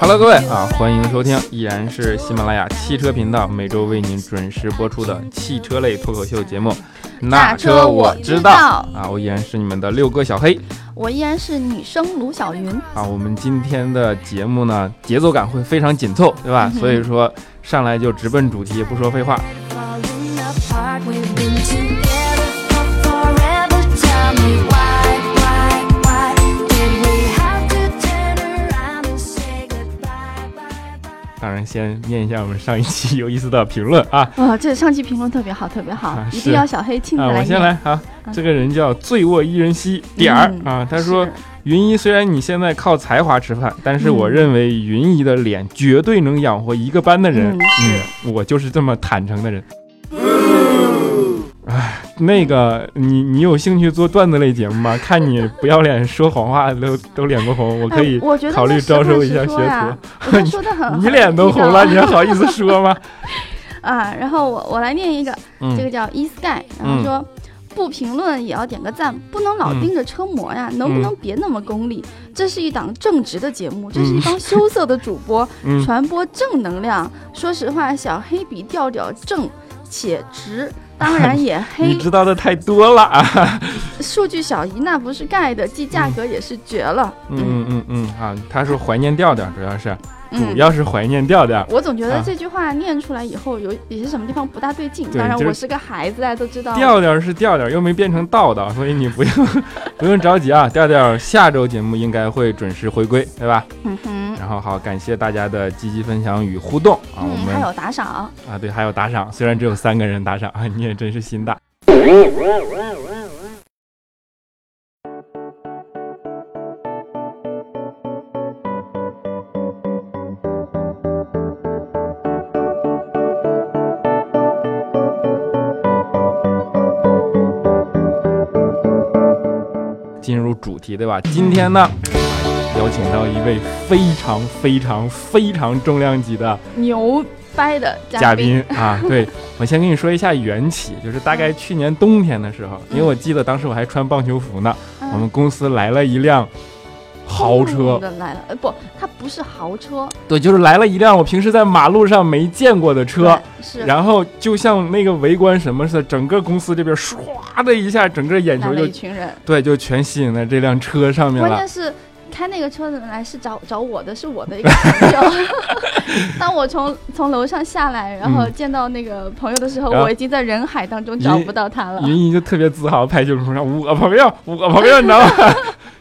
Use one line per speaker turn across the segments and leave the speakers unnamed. Hello，各位啊，欢迎收听，依然是喜马拉雅汽车频道每周为您准时播出的汽车类脱口秀节目《那车我知道》啊，我依然是你们的六哥小黑
我依然是女生卢小云，
啊。我们今天的节目呢，节奏感会非常紧凑，对吧？
嗯哼
所以说上来就直奔主题，不说废话。
falling apart. We've been together for forever. Tell me why, why, why did we have to turn around and say goodbye? Bye, bye.
当然，先念一下我们上一期有意思的评论啊。
哇，这上期评论特别好，特别好，
啊
一
是
定要小黑亲自
啊，我
来念。
先来啊，这个人叫醉卧伊人兮点儿
嗯
啊，他说
是。
云姨，虽然你现在靠才华吃饭，但是我
嗯
认为云姨的脸绝对能养活一个班的人。
嗯是
我就是这么坦诚的人。
嗯
哎，那个，你你有兴趣做段子类节目吗？看你不要脸说谎话都都脸不红，我可以
哎。我觉得
考虑
这实话
招收一
实
下
说
学
呀哎我
你
觉得说的 很，
你
很
脸都
地道
红了，你还好意思说吗？
啊！然后我我来念一个， 这
嗯
个叫 E Sky，然后
嗯
说。不评论也要点个赞，不能老
嗯
盯着车模呀，能不
嗯
能别那么功利？这是一档正直的节目，这是一帮羞涩的主播，
嗯，
传播正能量。说实话，小黑比调调正且直，当 然也黑
你。知道的太多了啊。
数据小姨那不是盖的，计价格也是绝了。
嗯嗯嗯嗯啊，他说怀念调调，主要是主
嗯，
要是怀念调调。
我总觉
啊
得这句话念出来以后有有些什么地方不大对劲。
对
当然，
就是
我是个孩子，大家都知道。
调调是调调，又没变成道道，所以你不用 不用着急啊。调调下周节目应该会准时回归，对吧？
嗯哼，
然后好，感谢大家的积极分享与互动啊，我
嗯，还
们
有打赏。
啊对，还有打赏，虽然只有三个人打赏啊，你也真是心大。进入主题，对吧？今天呢，邀请到一位非常非常非常重量级的
牛掰的
嘉
嘉
宾啊，对我先跟你说一下缘起，就是大概去年冬天的时候，因为我记得当时我还穿棒球服呢，
嗯
我们公司来了一辆豪车，
的来了，呃，不，它不是豪车，
对，就是来了一辆我平时在马路上没见过的车，
对是
然后就像那个围观什么似的，整个公司这边唰的一下，整个眼
来
球
了一
就
群人。
对，就全吸引在这辆车上面
关
了
键。是开那个车的人来是找找我的，是我的一个 朋友。当我从从楼上下来，然后
嗯
见到那个朋友的时候，
然后
我已经在人海当中找不到他 了。
云姨就特别自豪，拍胸脯上我朋友，我朋友，你知道吗？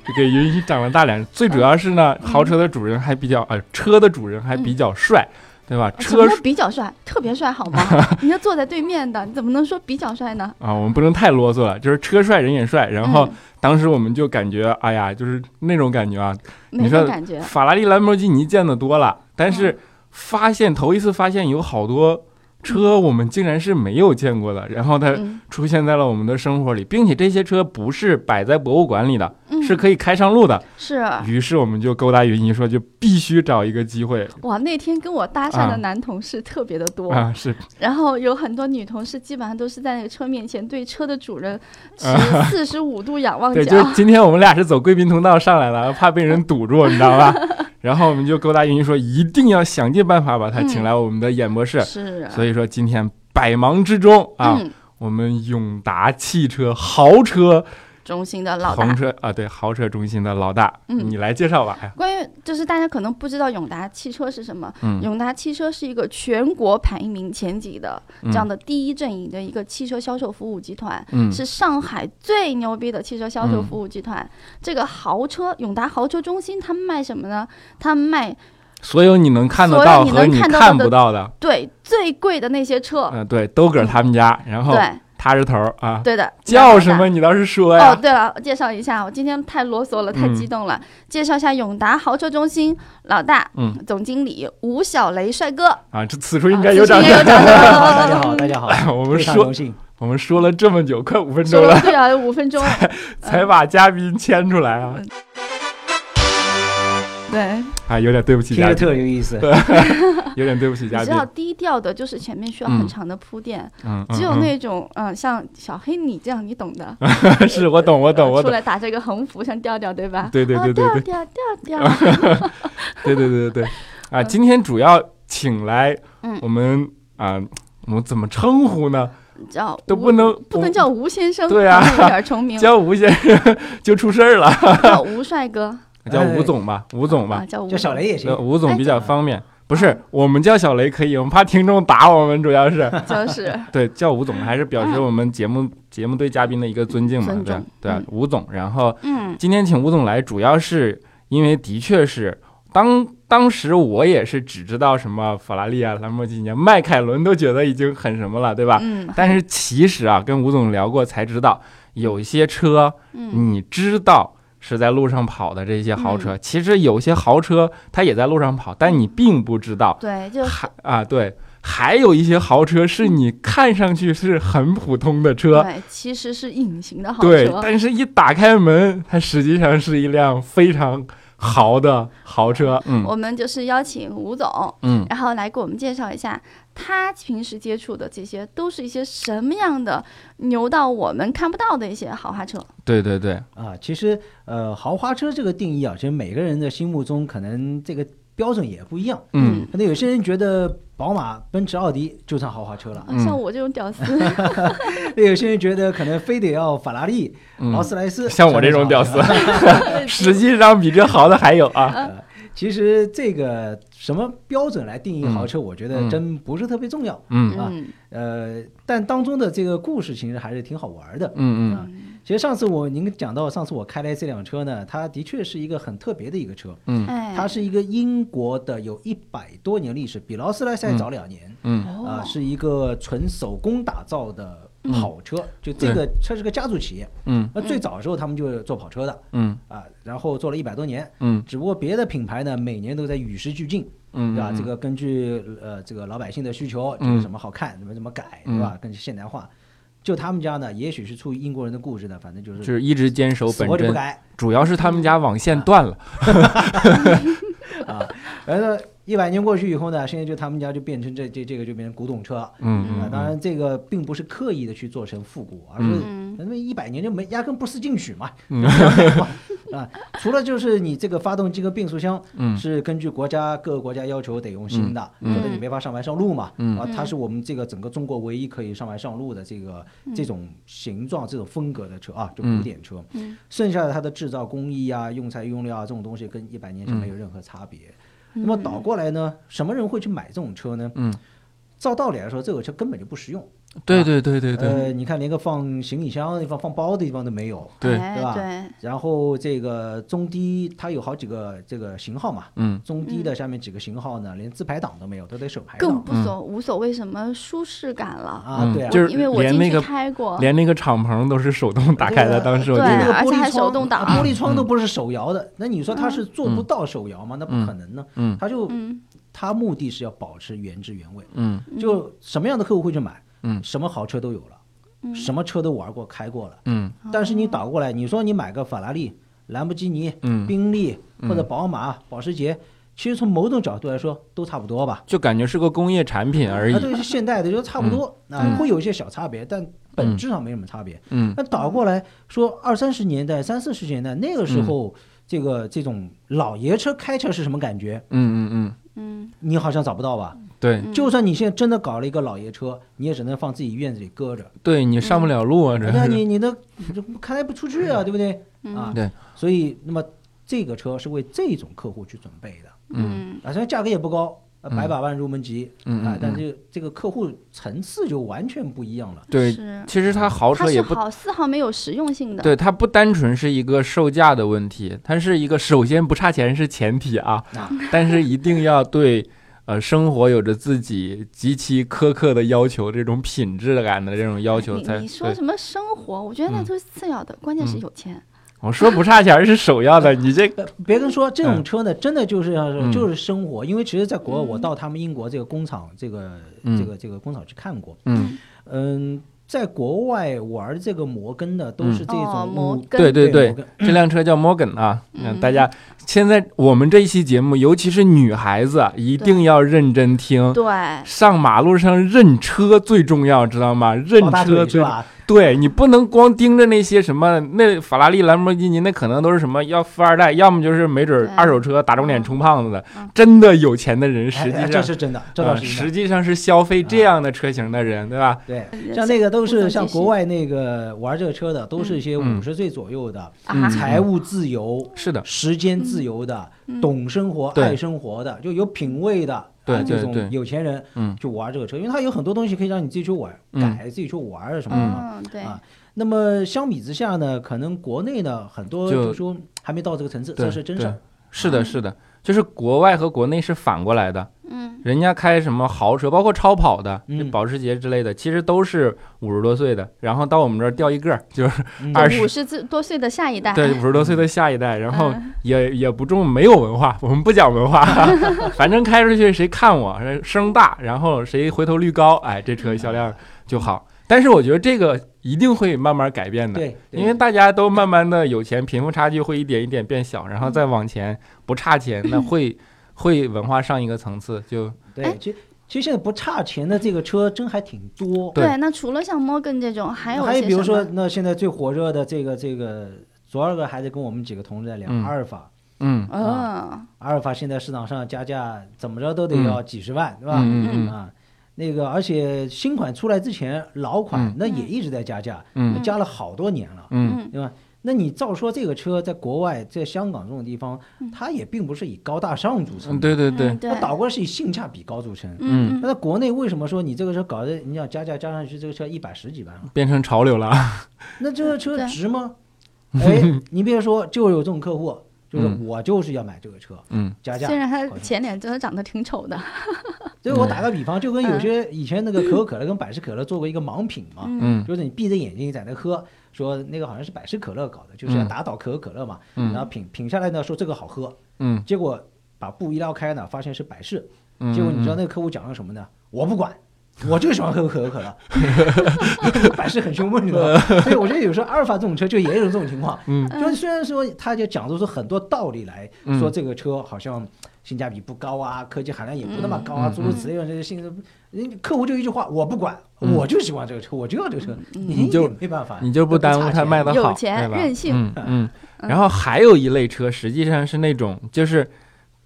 就给云姨长了大脸。最主要是呢，豪车的主人还比较，呃，车的主人还比较帅，对吧？
什
车
哦么叫比较帅？特别帅好吗？ 你要坐在对面的，你怎么能说比较帅呢？
啊，我们不能太啰嗦了，就是车帅人也帅。 然后
嗯
当时我们就感觉，哎呀，就是那种感觉啊，
没
你说
有感觉，
法拉利、兰博基尼见的多了，但
嗯
是发现头一次发现有好多车我们竟然是没有见过的，然后它
嗯
出现在了我们的生活里，并且这些车不是摆在博物馆里的，
嗯，
是可以开上路的。
是
于是我们就勾搭云姨说，就必须找一个机会
哇，那天跟我搭讪
啊
的男同事特别的多，
啊，是
然后有很多女同事基本上都是在那个车面前对车的主 人持四十五度仰望
对，
角
就，是今天我们俩是走贵宾通道上来了，怕被人堵住，你知道吧？然后我们就勾搭云姨说，一定要想尽办法把她请来我们的演播室。
嗯是
所以说今天百忙之中啊，
嗯，
我们永达汽车豪车
中心的老
豪
大。
车啊，对豪车中心的老大，
嗯
你来介绍吧。哎呀
关于就是大家可能不知道永达汽车是什么，
嗯
永达汽车是一个全国排名前几的
嗯
这样的第一阵营的一个汽车销售服务集团，
嗯
是上海最牛逼的汽车销售服务集团。这个豪车永达豪车中心，他们卖什么呢？他们卖
所有你能看得
所有
到
你
和
能
你
看到
看
的
不到的，
对最贵的那些车，
嗯，对，都搁他们家，然后
对
踏着头儿啊，
对的，
叫什么？你倒是说呀。
哦，对了，介绍一下，我今天太啰嗦了，太激动了。介绍一下永达豪车中心老大、
嗯
总经理吴小雷帅哥，
啊，这此处应该有
啊
掌
此处应
声。
该有掌声
大家好，大家好，大家好，
哎我们
非常
说
荣幸，
我们说了这么久，快五分
说
钟
了
了，
对 啊，五分钟，
才把嘉宾牵出来啊。
对，
哎，有点对不起
听
嘉
着
宾，
特有意思。
有点对不起
你
嘉
知
宾
道，低调的，就是前面需要很
嗯
长的铺垫，
嗯，嗯
只有
嗯
那种嗯、呃像小黑你这样，你懂的，
是我懂，我懂，我
出
懂。
来打这个横幅，像调调对吧？
对对对对对
啊、调调调 调，
对对对 对对，啊，今天主要请来
嗯
我们啊，我们怎么称呼呢？
叫
都
吴
不能
不能叫吴先生，
对啊
好像有点重名，
叫吴先生就出事儿了，
叫吴帅哥，
哎
叫吴总吧，吴总
啊，哎
吧，
叫吴
叫小雷也行
呃，，吴总比较方便。不是，我们叫小雷可以，我们怕听众打我们，主要是
就是
对叫吴总还是表示我们节目节目对嘉宾的一个尊敬嘛，
尊
对
重
对啊
嗯，
吴总。然后
嗯，
今天请吴总来，主要是因为的确是当当时我也是只知道什么法拉利啊、兰博基尼啊、迈凯伦都觉得已经很什么了，对吧？
嗯
啊但是其实啊，跟吴总聊过才知道，有一些车
嗯
你知道是在路上跑的这些豪车，其实有些豪车它也在路上跑，但你并不知道。
对，就嗯
还啊，对，还有一些豪车是你看上去是很普通的车，
对，其实是隐形的豪
对，嗯
车，
但是一打开门，它实际上是一辆非常豪的豪车。嗯
我们就是邀请吴总，
嗯，
然后来给我们介绍一下他平时接触的这些都是一些什么样的牛到我们看不到的一些豪华车。
对对对，
啊，其实呃，豪华车这个定义啊，其实每个人的心目中可能这个标准也不一样。
嗯
可能有些人觉得宝马、奔驰、奥迪就算豪华车 了，
啊
嗯
像我这种屌丝，
那有些人觉得可能非得要法拉利、劳
嗯，
斯莱斯。
像我这种屌丝，实际上比这豪的还有啊。
呃，其实这个什么标准来定义豪车，我觉得真不是特别重要。
嗯
嗯
呃，但当中的这个故事其实还是挺好玩的。
嗯嗯
嗯，
啊其实上次我您讲到，上次我开来这辆车呢，它的确是一个很特别的一个车，
嗯
哎，
它是一个英国的有一百多年历史，比劳斯莱斯还早两年。
嗯
啊、
哦，
是一个纯手工打造的跑车，就这个车是个家族企业。
嗯
那最早的时候他们就是做跑车的
嗯
啊，然后做了一百多年。
嗯
只不过别的品牌呢，每年都在与时俱进，
嗯，
对吧？这个根据呃这个老百姓的需求，觉
嗯
得什么好看，怎么怎么改，对吧？根据现代化。就他们家呢，也许是出于英国人的故事呢，反正就是
嗯就是一直坚守
死
本
活就不
真，
改。
主要是他
嗯
们家网线断了。
然后一百年过去以后呢，现在就他们家就变成这这这个就变成古董车。
嗯
啊，当然这个并不是刻意的去做成复古，而是
嗯
那一百年就没压根不思进取嘛
嗯，
啊，除了就是你这个发动机跟变速箱
嗯
是根据国家各个国家要求得用新的，
嗯
否则你没法上牌上路嘛，
嗯
啊，它是我们这个整个中国唯一可以上牌上路的这个这种形状、这种风格的车啊，就古典车
嗯嗯，
剩下的它的制造工艺啊、用材用料啊这种东西跟一百年前没有任何差别。那么倒过来呢，什么人会去买这种车呢？
嗯，
照道理来说，这个车根本就不实用。
对对对对对
呃，你看连个放行李箱的地方、放包的地方都没有。
对
哎
对吧
对，
然后这个中低它有好几个这个型号嘛，
嗯，
中低的下面几个型号呢，连自排档都没有，都得手排
更嗯
档
不所无所谓什么舒适感了，
啊，对啊，
嗯就是
因为我
连
进
那
去
个
开过，
连那个敞篷都是手动打开的，当时我记
这
哦对
得。
个
而
玻
且还
璃
手
窗
动挡
啊玻璃窗都不是手摇的，那你说它是做不
嗯
到手摇吗？那不可能呢，
嗯
它就
嗯
它目的是要保持原汁原味，
嗯
就什么样的客户会去买，
嗯
什么豪车都有了，
嗯
什么车都玩过、开过了，
嗯
但是你倒过来，你说你买个法拉利、兰博基尼、
嗯，
宾利或者宝马、保时捷，其实从某种角度来说都差不多吧。
就感觉是个工业产品而
它
已。
都是现代的，就差不多啊，会有一些小差别，但本质上没什么差别。
嗯
那倒过来说，二三十年代、三四十年代那个
嗯
时候，这个这种老爷车开车是什么感觉？
嗯嗯嗯，
嗯
你好像找不到吧？
对
就算你现在真的搞了一个老爷车，你也只能放自己院子里搁着，
对，你上不了路啊，这
嗯那
是。
你你的你这开不出去啊，对不对？
嗯
啊，
对，
所以那么这个车是为这种客户去准备的。
嗯
啊，虽然价格也不高，呃百把万入门级，
嗯
啊
嗯，
但这这个客户层次就完全不一样了。
对，
是
其实它豪
它
车也
是
不，
好丝毫没有实用性的，
对，它不单纯是一个售价的问题，它是一个首先不差钱是前提啊，
啊，
但是一定要对。呃，生活有着自己极其苛刻的要求，这种品质感的这种要求才
你你说
对。嗯
什么生活？我觉得那都是次要的，关键是有钱。
我说不差钱是首要的，你这
呃别跟说这种车呢，真的就是要
嗯
就是生活，因为其实，在国
嗯
外我到他们英国这个工厂，这个
嗯
这个这个工厂去看过，
嗯，
嗯，在国外玩这个摩根的都是这
哦
种嗯
摩
五
嗯
根
对对
对
对
摩根，
这辆车叫摩根啊，
嗯
大家现在我们这一期节目，尤其是女孩子啊，一定要认真听。
对，啊
上马路上认车最重要，知道吗？认
抱大
车
腿是
最
吧？
对你不能光盯着那些什么，那法拉利、兰博基尼，那可能都是什么要富二代，要么就是没准儿
对
二手车打肿脸充胖子的
嗯。
真的有钱的人，
哎
实际
哎
上
这是真的，这倒
啊
是真的
实际上是消费这样的车型的人，对吧？
对。像那个都
不
是
曾
像
继续
国外那个玩这个车的，都是一些
嗯
五十岁左右的，
啊，
财务自由、
是的，
时间自由的、
嗯
懂生活、
对
爱生活的，就有品位的。
对
啊，
对
这
对
种有钱人
嗯
就玩这个车，因为它有很多东西可以让你自己去玩、
嗯
改、自己去玩啊什么的嘛。
嗯，对，
啊那么相比之下呢，可能国内呢很多
就
就说还没到这个层次，
对
这是真事儿。
是的，是的，就是国外和国内是反过来的。
嗯，
人家开什么豪车，包括超跑的、
嗯
就保时捷之类的，其实都是五十多岁的，然后到我们这儿掉一个儿， 就是
嗯
二十
五十多岁的下一代，
对五十多岁的下一代，然后也也不重没有文化， 我们不讲文化，反正开出去谁看我谁声大，然后谁回头率高，哎，这车销量就好。但是我觉得这个一定会慢慢改变的，
对，对
因为大家都慢慢的有钱，贫富差距会一点一点变小，然后再往前不差钱，那会会文化上一个层次，就
哎
对，其实其实现在不差钱的这个车真还挺多。
对
对，那除了像 Morgan 这种，还有
还
一
有
些
比如
什么
说，那现在最火热的这个这个，昨儿个还在跟我们几个同事在聊
嗯
阿尔法，
嗯
嗯，
阿尔法现在市场上加价怎么着都得要几十万，对吧？
嗯嗯嗯嗯
啊，那个而且新款出来之前，老款
嗯
那也一直在加价，
嗯
加了好多年了，
嗯。
嗯
对吧？那你照说这个车在国外，在香港这种地方，它也并不是以高大上著称
嗯，
的，
对对对
嗯，
它倒过来是以性价比高著称。
嗯
嗯
那在国内为什么说你这个车搞得你想加价加上去，这个车一百十几万了？
变成潮流了。
那这个车
对
值吗？ 哎，你别说，就有这种客户，就是
嗯
我就是要买这个车，
嗯
加
嗯，
价
虽。然他
好像
前脸真的长得挺丑的，
所以
嗯
我打个比方，就跟有些以前那个可口可乐跟百事可乐做过一个盲品嘛，
嗯
就是你闭着眼睛在那喝，说那个好像是百事可乐搞的，就是要打倒可口可乐嘛，
嗯
然后品品下来呢说这个好喝，
嗯
结果把布一撩开呢，发现是百事，
嗯，
结果你知道那个客户讲了什么呢？我 不管。我就喜欢喝可口可乐， 百事很胸闷，你知道吗？ 所以我觉得有时候阿尔法这种车就也有这种情况，
嗯
就是虽然说他就讲出说很多道理来
嗯
说这个车好像性价比不高啊，科技含量也不那么高啊，
嗯
诸如此类的这些性质，人家客户就一句话，我不管，
嗯
我就喜欢这个车，我就要这个车，
你就
也没办法，
你就不耽误他卖
的。
的好，
有钱
对吧
任性
嗯嗯。然后还有一类车，实际上是那种就是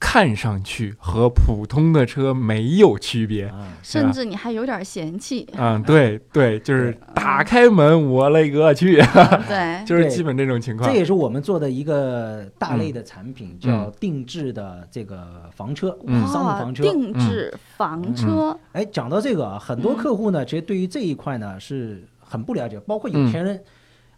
看上去和普通的车没有区别。
啊
甚至你还有点 嫌弃，
嗯，对对，就是打开门，我勒个去，
嗯对，
就是基本这种情况
这。也是我们做的一个大类的产品，叫
嗯
定制的这个房车，
嗯
商务
哇
房车。
定制房车，
哎，讲到这个啊，很多客户呢，其实对于这一块呢是很不了
嗯
解，包括有钱人。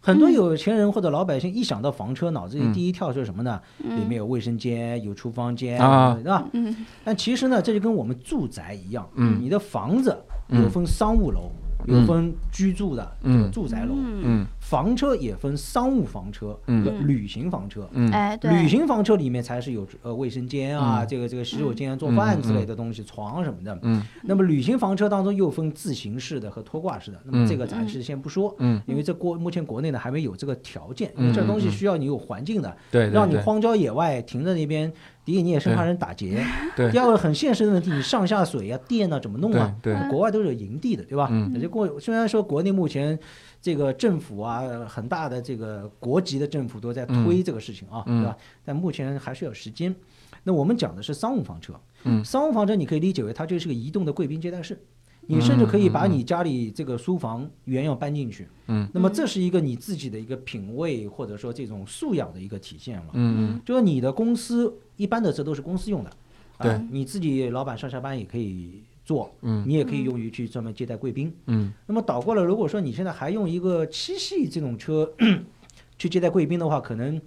很多有钱人或者老百姓一想到房车，脑子
嗯
里第一跳就是什么呢？里面有卫生间，有厨房间，
啊
对吧？
嗯
但其实呢，这就跟我们住宅一样，
嗯
你的房子
嗯
有分商务楼，
嗯
有分居住的这
嗯
个住宅楼，
嗯，
嗯
房车也分商务房车
嗯
和旅行房车。
嗯
哎，对，
旅行房车里面才是有呃卫生间啊，
嗯
这个这个洗手间啊、做饭之类的东西，床什么的。
嗯
那么旅行房车当中又分自行式的和拖挂式的，那
嗯
么这个暂时先不说，
嗯，
因为这国目前国内呢还没有这个条件，
嗯
因为这东西需要你有环境的，
对对
让你
对
荒郊野外停在那边，第一你也生怕人打劫，
对
第二个很现实的问题，你上下水啊、电啊怎么弄
对
啊？
对，
国外都是有营地的，对吧？
嗯
也就过虽然说国内目前这个政府啊，很大的这个国级的政府都在推这个事情啊，
嗯
对吧？但目前还是要时间。那我们讲的是商务房车，
嗯
商务房车你可以理解为它就是个移动的贵宾接待室，
嗯
你甚至可以把你家里这个书房原样搬进去，
嗯，
那么这是一个你自己的一个品味或者说这种素养的一个体现了，
嗯
就是你的公司一般的这都是公司用的，啊
对
你自己老板上下班也可以做，
嗯
你也可以用于去专门接待贵宾。
嗯
那么倒过来，如果说你现在还用一个七系这种车 去接待贵宾的话，可能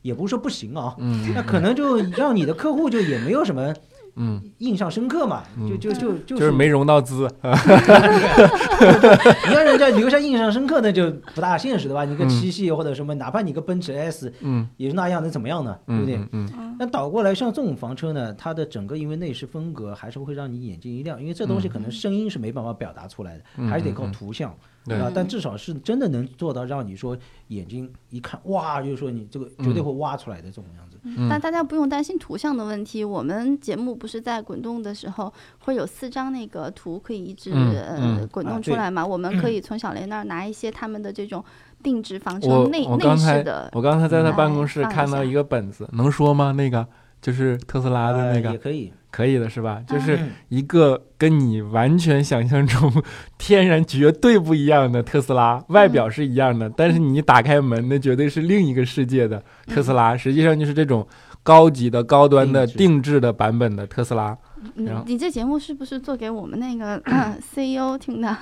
也不是说不行啊，
嗯
那可能就让你的客户就也没有什么
嗯，
印象深刻嘛，就就就就
就是没融到资，
你让人家留下印象深刻，那就不大现实对吧？你个七系或者什么，哪怕你个奔驰 S
嗯
也是那样，能怎么样呢？对不对
嗯？嗯
那倒过来，像这种房车呢，它的整个因为内饰风
嗯
格还是会让你眼睛一亮，因为这东西可能声音是没办法表达出来的，还是得靠图像。
对
啊
嗯，
但至少是真的能做到让你说眼睛一看哇，就是说你这个绝对会挖出来的这种样子。
嗯
但大家不用担心图像的问题。我们节目不是在滚动的时候会有四张那个图可以一直、
嗯
呃
嗯
滚
啊
动出
对
来嘛？我们可以从小雷那儿拿一些他们的这种定制防
我
尘内
我
内
刚才
饰的。
我刚才在他办公室
哎放一
看到
下
一个本子，能说吗？那个就是特斯拉的那
呃也嗯
个，
可以，
可以的是吧？就
啊
是一个跟你完全想象中天然绝对不一样的特斯拉，外表是一样的，但是你一打开门，那绝对是另一个世界的特斯拉。实际上就是这种高级的、高端的、
定制
定制的版本的特斯拉。
你
然后
嗯你这节目是不是做给我们那个 CEO 听的？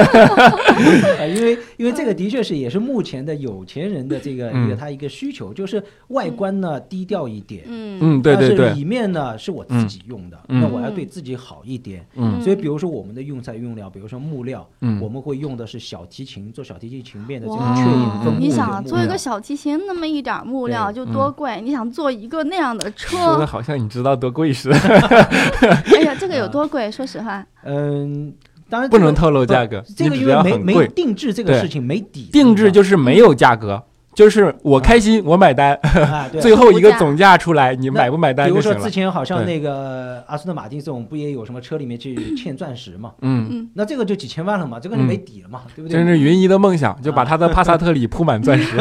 啊，因为因为这个的确是也是目前的有钱人的这个一个
嗯
他一个需求，就是外观呢低调一点，
嗯
嗯，对对
但是
对，
里面呢是我自己用的，
嗯
那我要对自己好一点。
嗯
所以，比如说我们的用材用料，比如说木料，
嗯
我们会用的是小提琴做小提琴琴面的这种
哇
雀影分布
你
的
想啊
木
做一个
料
小提琴那么一点儿木料
对嗯
就多贵？你想做一个那样 的
说的
车，
好像你知道多贵似的，
哎呀，这个
啊
有多贵？说实话，
嗯，当然
不
这个
能透露价格，
这个
你
因
只
为
要
没
很贵
没。定制这个
对
事情没底，
定制就是没
嗯
有价格，就是我开心我买单，
是啊，嗯对。
最后一个总价出来，你买不买
比
单
如
就
说
行了
之。前好像那个阿斯顿马丁这种不也有什么车里面去嵌钻石嘛？
嗯，
嗯，
那这个就几千万了嘛，这个就没底了嘛，对不对？
真是云姨的梦想，就把她的帕萨特里铺满钻石。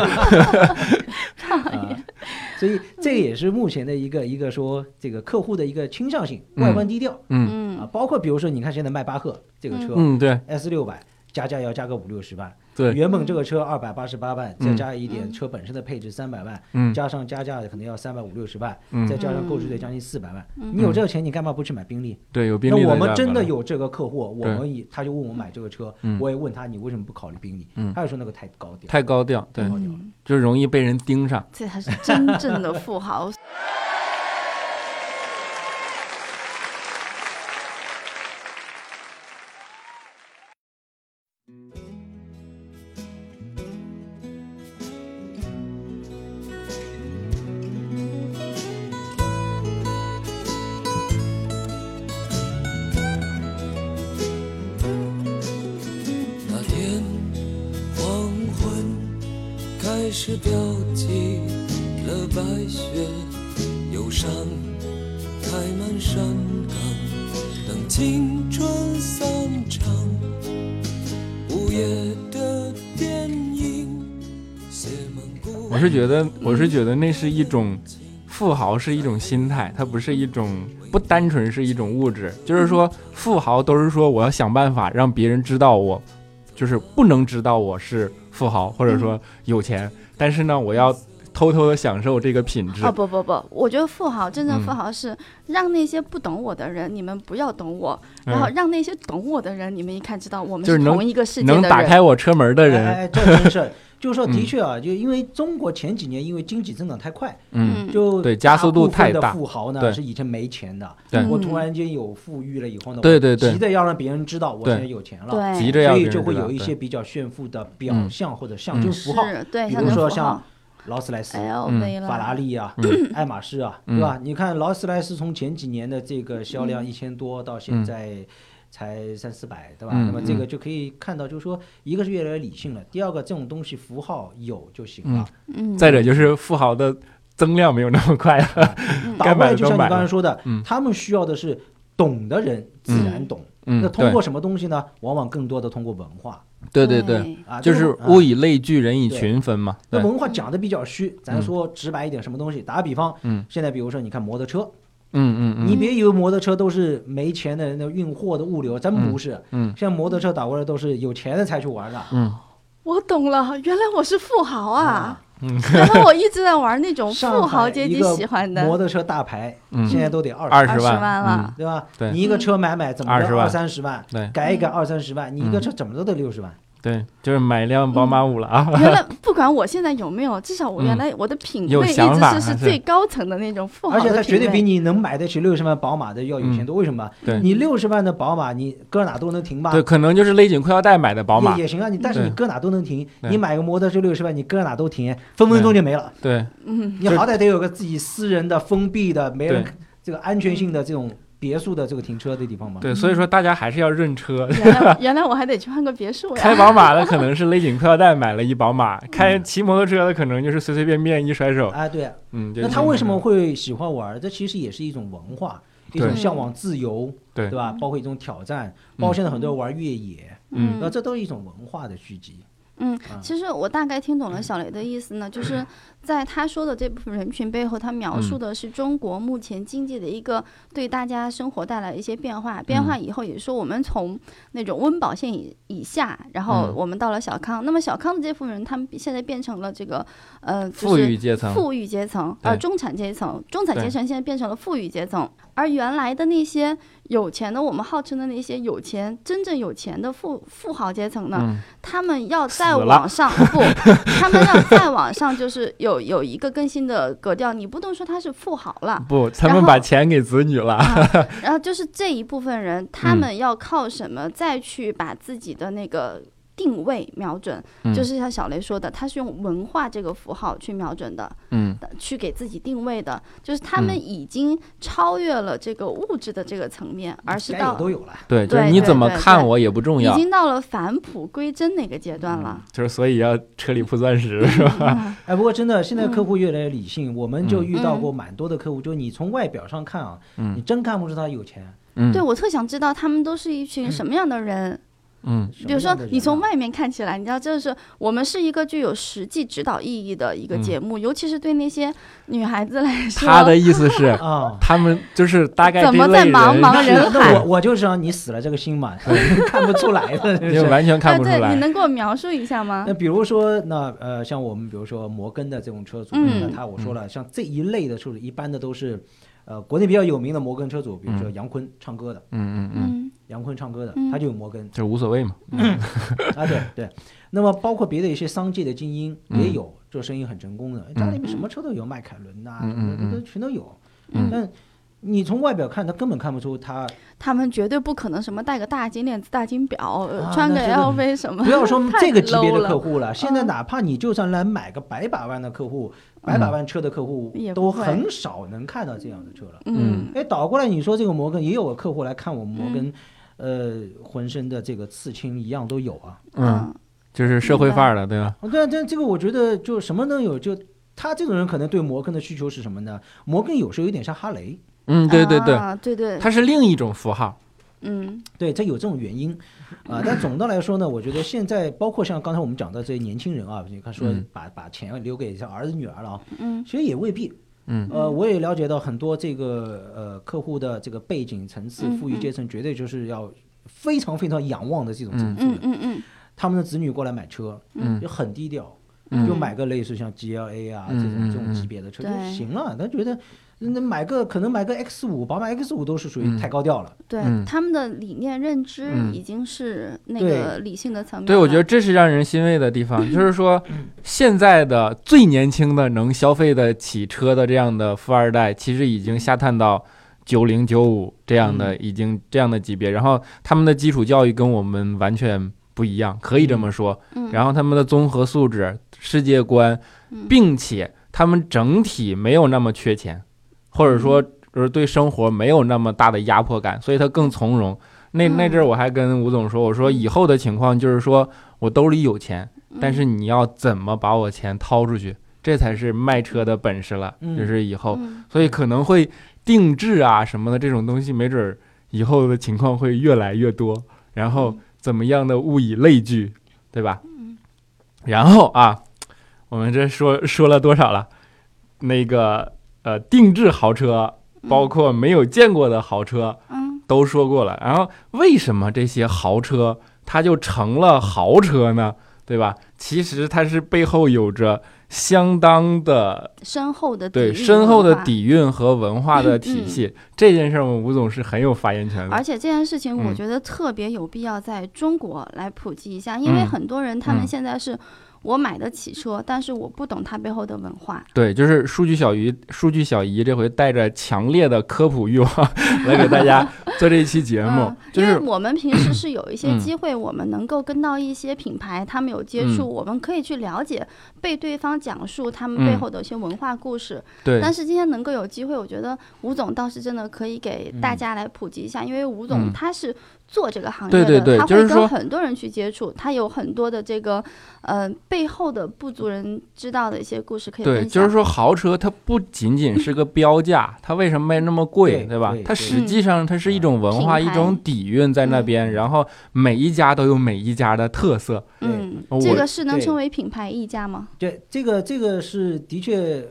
啊，所以这个也是目前的一个一个说这个客户的一个倾向性，
嗯
外观低调、
嗯
啊
嗯，，
包括比如说你看现在迈巴赫这个车、
嗯，对
S 六百。加价要加个五六十万，
对，
原本这个车二百八十八万，
嗯
再加一点车本身的配置三百万，
嗯
加上加价可能要三百五六十万，再
嗯，
加上购置税将近四百万。你有这个钱，你干嘛不去买宾利？
对，有宾
那
利
我们
价
真
格
的
了
有这个客户，我
对
们也他就问我买这个车，
嗯
我也问他你为什么不考虑宾利？
嗯
他就说那个太高调。
太高调，对，
嗯
就容易被人盯上。
嗯这才是真正 的富豪。
那天黄昏开始飘起了白雪，忧伤开满山岗。等青春散场，午夜的电影写满故
我是觉得，我是觉得那是一种富豪是一种心态，它不是一种呃不单纯是一种物质。就是说，富豪都是说我要想办法让别人知道我，就是不能知道我是富豪或者说有钱，但是呢，我要偷偷的享受这个品质
哦。不不不，我觉得富豪真正富
嗯
豪是让那些不懂我的人，你们不要懂我，然后
嗯
让那些懂我的人，你们一看知道我们
就是
是
能
同一个世界的
能
人。
打开我车门的
哎
人，
哎，这真是，就是说，的
嗯
确啊，就因为中国前几年因为经济增长太快，
嗯，
就
对加速度
大部分
太大
的富豪呢
对
是以前没钱的，
嗯
对
我突然间有富裕了以后呢，
对对对
急着要让别人知道我
对
现在有钱了，
对，
急着要
所
别
以
人
就会
知道
有一
对
些比较炫富的表
嗯
象或者象征符号，
是，对，
比
像
如
这
说
富
像
豪
劳斯莱斯。
LV 哎了，
法拉利啊，
嗯
爱马仕啊，对吧？你看劳斯莱斯从前几年的这个销
嗯
量一千多，到现在才三四百，对吧？
嗯
那么这个就可以看到，就是说，一个是越来越理性了，第二个这种东西符号有就行了。
嗯，
再者就是富豪的增量没有那么快 了，
打
该
外
买的
就
都
像你
买
刚才
了。
说的
嗯，
他们需要的是懂的人自然懂。
嗯，
那通
对
过什么东西呢？往往更多的通过文化
嗯对对对，
对，
啊，
就是
这个
物以类聚，人以群分嘛。
那
对，
文化讲的比较虚，咱说直白一点，什么东西？打个比方，
嗯，
现在比如说，你看摩托车，
嗯嗯
你别以为摩托车都是没钱的人的运货的物流，真不是。
嗯
现在摩托车打过来都是有钱人才去玩的。
嗯
我懂了，原来我是富豪啊
啊！
原来我一直在玩那种
上
富豪
海
阶
一
级
个
喜欢
摩
的，
托车大牌，
嗯
现在都得二
二
二
十
十
万
万了，
对吧？
对
你一个车买买怎么着
20万
二三十万，
对嗯
改一改二三十万，你一个车怎么着得六十万。
对，就是买辆宝马五了啊。
原来不管我现在有没有，至少我原
嗯
来我的品
有
味一
想
直
法
是是
还是
最高层的那种富豪
而
的
且它绝对
品
比
味
你能买得起六十万宝马的要有钱多，为什么？
嗯对
你六十万的宝马，你搁哪都能停吧？
对，可能就是勒紧裤腰带买的宝马
也。也行啊，你但是你
对
搁哪都能停，
对
你买个摩托车六十万，你搁哪都停，分分钟就没了。
对，
嗯
你好歹得有个自己私人的、封闭的、没人
对
这个安全性的这种别墅的这个停车的地方嘛。
对，所以说大家还是要认车。
原来 原来我还得去换个别墅呀。
开宝马的可能是勒紧裤腰带买了一宝马，开骑摩托车的可能就是随随便便一甩手，
啊，对。
嗯，就
那他为什么会喜欢玩儿？这其实也是一种文化，一种
对
向往自由，
对
对吧？包括一种挑战，包括现在很多人玩越野，呃
嗯
那这都是一种文化的聚集。
嗯
啊，
其实我大概听懂了
嗯
小雷的意思 呢，就是在他说的这部分人群背后，他描
嗯
述的是中国目前经济的一个对大家生活带来的一些变化。
嗯
变化以后，也说我们从那种温饱线以以下，然后
嗯
我们到了小康。那么小康的这部分人，他们现在变成了这个呃，就是
富裕阶层。
富裕阶层，
对
呃，中产阶层，中产
对
阶层现在变成了富裕阶层，而原来的那些有钱的，我们号称的那些有钱，真正有钱的富富豪阶层呢，
嗯
他们要再
死了，
往上不，他们要再往上，就是有有一个更新的格调，你不能说他是富豪了
不，他
然
们
后
把钱给子女了。
啊，然后就是这一部分人，他
嗯
们要靠什么再去把自己的那个。定位瞄准，
嗯
就是像小雷说的，他是用文化这个符号去瞄准的。
嗯
的去给自己定位的，就是他
嗯
们已经超越了这个物质的这个层面，而是
该有
到
都有了。
对，就是
对
你
对
怎么
对
看
对
我也不重
已
要，
经到了返璞归真那个阶段了。
就是所以要车里铺钻石是吧？
哎，不过真的，现在客户越来越理性，我们就遇到
嗯
过蛮多的客户，就是你从外表上看啊，
嗯
你真看不出他有钱。
嗯
对，我特想知道他们都是一群什么样的人。
嗯
什么
比如说
样的，人
你从
啊，
外面看起来，你知道，这是我们是一个具有实际指导意义的一个节目，尤其是对那些女孩子来说，
他嗯的意思是
啊，
他们就是大概
怎么
这类
在
人
茫茫
那
盲人
那
海
我我就是让你死了这个 心嘛， 看不出来的。
因为完全看
哎，
不出
对，你
来。
能给我描述一下吗
那？比如说，那呃，像我们比如说摩根的这种车主，
嗯
那他我说了，像这一类的车主，一般的都是，呃，国内比较有名的摩根车主，比如说杨坤唱歌的，
嗯嗯嗯，
嗯
杨坤唱歌的，
嗯
他就有摩根
就无所谓嘛。
啊，对对。那么包括别的一些商界的精英
嗯
也有做生意很成功
嗯
的，家里面什么车都有，迈凯伦呐，
嗯嗯嗯
都全都有。
嗯
但你从外表看，他根本看不 出他，
他们绝对不可能什么戴个大金链子、大金表，呃
啊
穿个
那这个
LV 什么。
不要说
太
这个级别
low
的
了嗯
客户了，现在哪怕你就算来买个百把万的客户，百把万车的客户
嗯也，
都
不会
很少能看到这样的车了。
嗯
嗯，
哎，倒过来你说这个摩根，也有个客户来看我摩根，呃，浑身的这个刺青一样都有啊。
嗯，，就是社会范儿了，对吧？
哦对啊，但这个我觉得就什么都有，就他这种人可能对摩根的需求是什么呢？摩根有时候有点像哈雷，
嗯，对对对，
啊、对对，
它是另一种符号。
嗯
对，这有这种原因啊、但总的来说呢，我觉得现在包括像刚才我们讲到这些年轻人啊，你看说
嗯
把把钱留给像儿子女儿了啊，
嗯
其实也未必。
嗯
呃，我也了解到很多这个呃客户的这个背景层次，
嗯
富裕阶层绝对就是要非常非常仰望的这种层
嗯
次的。
嗯嗯嗯
他们的子女过来买车，
嗯
就很低调，
嗯
就买个类似像 GLA 啊这
嗯
种
嗯
这种
嗯
级别的车就
对
行了。他觉得那买个可能买个 X 五，宝马 X 五都是属于太高调了。
对、
嗯
他们的理念认知
嗯
已经是那
对
个理性的层面了。
对，我觉得这是让人欣慰的 地方，就是说，现在的最年轻的能消费得起车的这样的富二代，其实已经下探到九零九五这样
嗯
的，已经这样的级别。然后他们的基础教育跟我们完全不一样，可以这么说。
嗯，
然后他们的综合素质、世界观，
嗯
并且他们整体没有那么缺钱，或者
嗯
说就是对生活没有那么大的压迫感，所以他更从容。那
嗯
那阵儿我还跟吴总说，我说以后的情况就是说我兜里有钱，
嗯
但是你要怎么把我钱掏出去，这才是卖车的本事了，
嗯
就是以后，
嗯
所以可能会定制啊什么的这种东西，没准儿以后的情况会越来越多。然后怎么样的物以类聚，对吧？
嗯
然后啊，我们这说说了多少了？那个呃，定制豪车，包括没有见过的豪车
嗯
都说过了。然后为什么这些豪车它就成了豪车呢？对吧？其实它是背后有着相当的
深厚的
对
底蕴
深厚的
文化。嗯
底蕴和文化的体系。这件事儿，我们吴总是很有发言权的
而。且这件事情，我
嗯
觉得特别有必要在中国来普及一下，因为
嗯
很多人他们
嗯
现在是我买得起车，但是我不懂它背后的文化。
对，就是数据小姨，数据小姨这回带着强烈的科普欲望来给大家做这一期节目
嗯，
就
因为
是
我们平时是 有一些
嗯
机会，我们能够跟到一些品牌，他们有接触，
嗯
我们可以去了解，被对方讲述他们背
嗯
后的一些文化故事。
对，
但是今天能够有机会，我觉得吴总倒是真的可以给大家来普及一下，因为吴总
嗯
他是做这个行业
对
的，
对对
他
就是
会
说
跟很多人去接触，他有很多的这个呃背后的不足人知道的一些故事可以分
对，
享。
就是说豪车它不仅仅是个标价，它为什么卖那么贵，
对
对吧
对？
它
对
实际上它是一种文化，
品
一
牌
种底蕴在那
嗯
边，然后每一家都有每一家的特色。
嗯
我，
这个是能
对
称为品牌溢价吗？
对，这个这个是的确，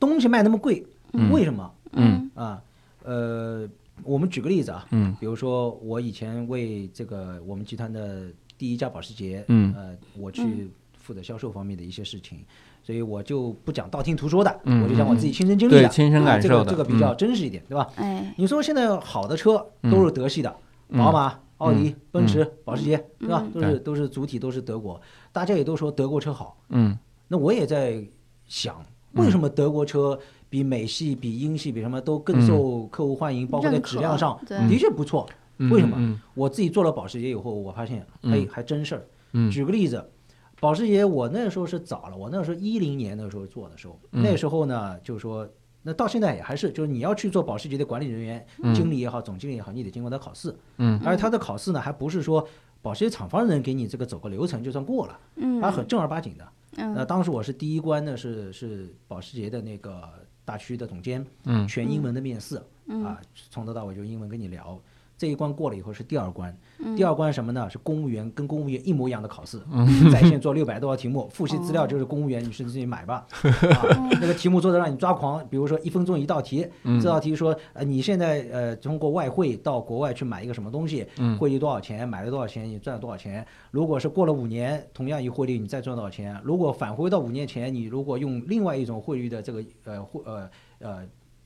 东西卖那么贵，
嗯
为什么
嗯
啊？呃，我们举个例子啊，
嗯
比如说我以前为这个我们集团的第一家保时捷，
嗯
呃，我去负责销售方面的一些事情，所以我就不讲道听途说的，
嗯
我就讲我自己亲身经历
对
的，
亲身
啊
感
这个
受的嗯
这个比较真实一点，对吧？
哎，
你说现在好的车都是德系的，
嗯
宝马、奥迪、
嗯
奔驰、保时捷，对吧？
嗯
都是
对
都是主体都是德国，大家也都说德国车好。
嗯
那我也在想，为什么德国车比美系、比英系、比什么都更受客户欢迎，包括在
认可
质量上
对
的确不错。
嗯，
为什么？
嗯
我自己做了保时捷以后，我发现，
嗯
哎，还真事儿。
嗯
举个例子，保时捷我那时候是早了，我那时候一零年那时候做的时候，
嗯
那时候呢，就是说，那到现在也还是，就是你要去做保时捷的管理人员、
嗯
经理也好、总经理也好，你得经过他考试，
嗯
而他的考试呢，还不是说保时捷厂方人给你这个走个流程就算过了，
嗯
他很呃正儿八经的。那
嗯
当时我是第一关呢，是是保时捷的那个大区的总监，
嗯
全英文的面试，啊，从头到尾就英文跟你聊。这一关过了以后是第二关，第二关什么呢？是公务员跟公务员一模一样的考试，在线做六百多道题目，复习资料就是公务员，你是自己买吧。啊，那个题目做的让你抓狂，比如说一分钟一道题，这道题说，呃，你现在呃通过外汇到国外去买一个什么东西，汇率多少钱，买了多少钱，你赚了多少钱。如果是过了五年，同样一汇率，你再赚多少钱？啊如果返回到五年前，你如果用另外一种汇率的这个呃汇呃呃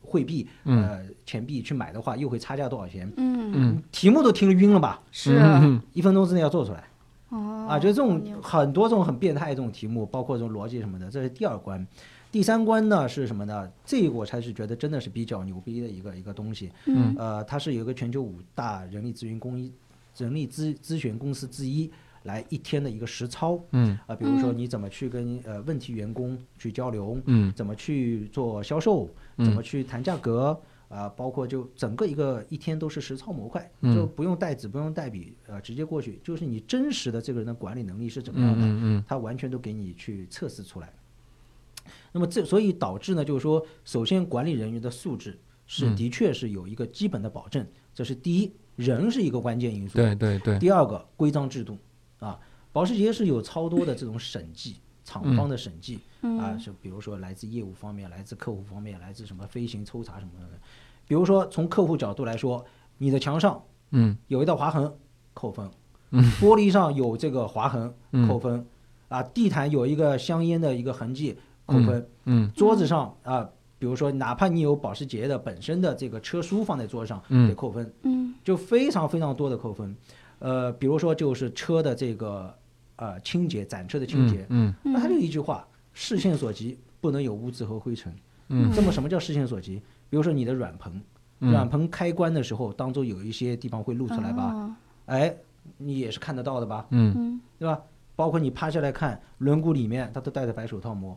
汇币呃钱币去买的话，又会差价多少钱？
嗯，
嗯，
题目都听晕了吧？
是
嗯
一分钟之内要做出来
哦
啊！就这种
好牛
很多这种很变态的这种题目，包括这种逻辑什么的，这是第二关。第三关呢是什么呢？这个我才是觉得真的是比较牛逼的一个一个东西。
嗯
呃，它是有一个全球五大人力咨询公一人力咨咨询公司之一，来一天的一个实操
嗯
啊、比如说
嗯
你怎么去跟呃问题员工去交流，
嗯
怎么去做销售，
嗯
怎么去谈价格。啊、包括就整个一个一天都是实操模块，
嗯
就不用带纸，不用带笔，呃，直接过去，就是你真实的这个人的管理能力是怎么样的，
嗯嗯
他完全都给你去测试出来。那么这所以导致呢，就是说，首先管理人员的素质是
嗯
的确是有一个基本的保证，这是第一，人是一个关键因素。
对对对，
第二个，规章制度啊，保时捷是有超多的这种审计，
嗯
厂方的审计、
嗯
啊，是比如说来自业务方面，来自客户方面，来自什么飞行抽查什么的。比如说从客户角度来说，你的墙上
嗯
有一道划痕，扣分；
嗯
玻璃上有这个划痕，
嗯
扣分；啊，地毯有一个香烟的一个痕迹，扣分；
嗯
桌子上啊，比如说哪怕你有保时捷的本身的这个车书放在桌上，
嗯
得扣分，
嗯
就非常非常多的扣分。呃，比如说就是车的这个呃清洁，展车的清洁，
嗯
那他就一句话：视线所及，不能有污渍和灰尘。
嗯
这么什么叫视线所及？比如说你的软棚，软棚开关的时候，当中有一些地方会露出来吧？
哦
哎，你也是看得到的吧？
嗯
嗯
对吧？包括你趴下来看轮毂里面，它都戴着白手套膜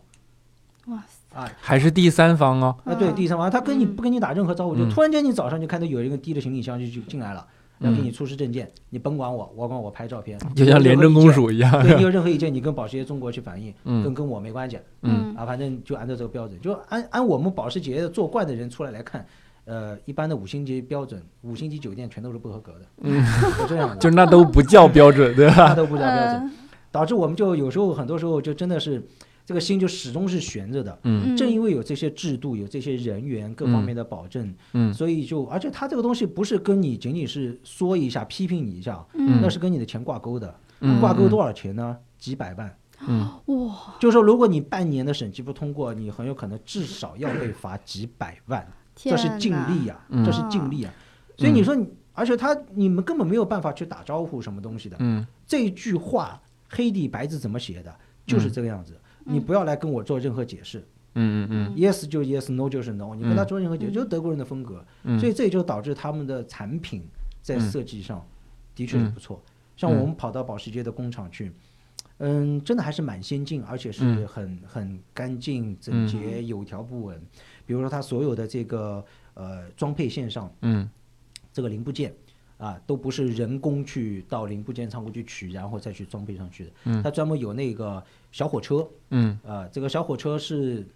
哇塞
啊
还是第三方哦，
啊！对，
嗯
第三方他跟你不跟你打任何招呼，就
嗯
突然间你早上就看到有一个提着行李箱就就进来了，要给你出示证件，你甭管我，我管我拍照片，
嗯就像廉政公署一样，
对你有任何意见，你跟保时捷中国去反映，
嗯
跟跟我没关系，
嗯
啊，反正就按照这个标准，就按按我们保时捷的做惯的人出来来看，呃，一般的五星级标准，五星级酒店全都是不合格的，嗯，是这样的，
就啊那都不叫标准，对吧？
大家都不知道标准，
嗯
导致我们就有时候很多时候就真的是这个心就始终是悬着的。
嗯
正因为有这些制度，有这些人员各方面的保证，
嗯
所以就而且他这个东西不是跟你仅仅是说一下、批评你一下，
嗯
那是跟你的钱挂钩的。
嗯
挂钩多少钱呢？几百万。
嗯
呃哇，
就是说，如果你半年的审计不通过，你很有可能至少要被罚几百万，这是尽力啊
呀、
呀、这是尽力呀、所以你说你，而且他你们根本没有办法去打招呼什么东西的。
嗯
这句话黑底白字怎么写的，就是这个样子。你不要来跟我做任何解释、
嗯嗯
y e s 就
嗯
yes，no 就是 no，你跟他做任何解释，就是德国人的风格。所以这也就导致他们的产品在设计上的确是不错。像我们跑到保时捷的工厂去，嗯，真的还是蛮先进，而且是
嗯
很、很干净、整洁、有条不紊。比如说它所有的这个呃装配线上，
嗯
这个零部件啊，都不是人工去到零部件仓库去取，然后再去装配上去的。嗯，它专门有那个小火车，
嗯
呃，这个小火车是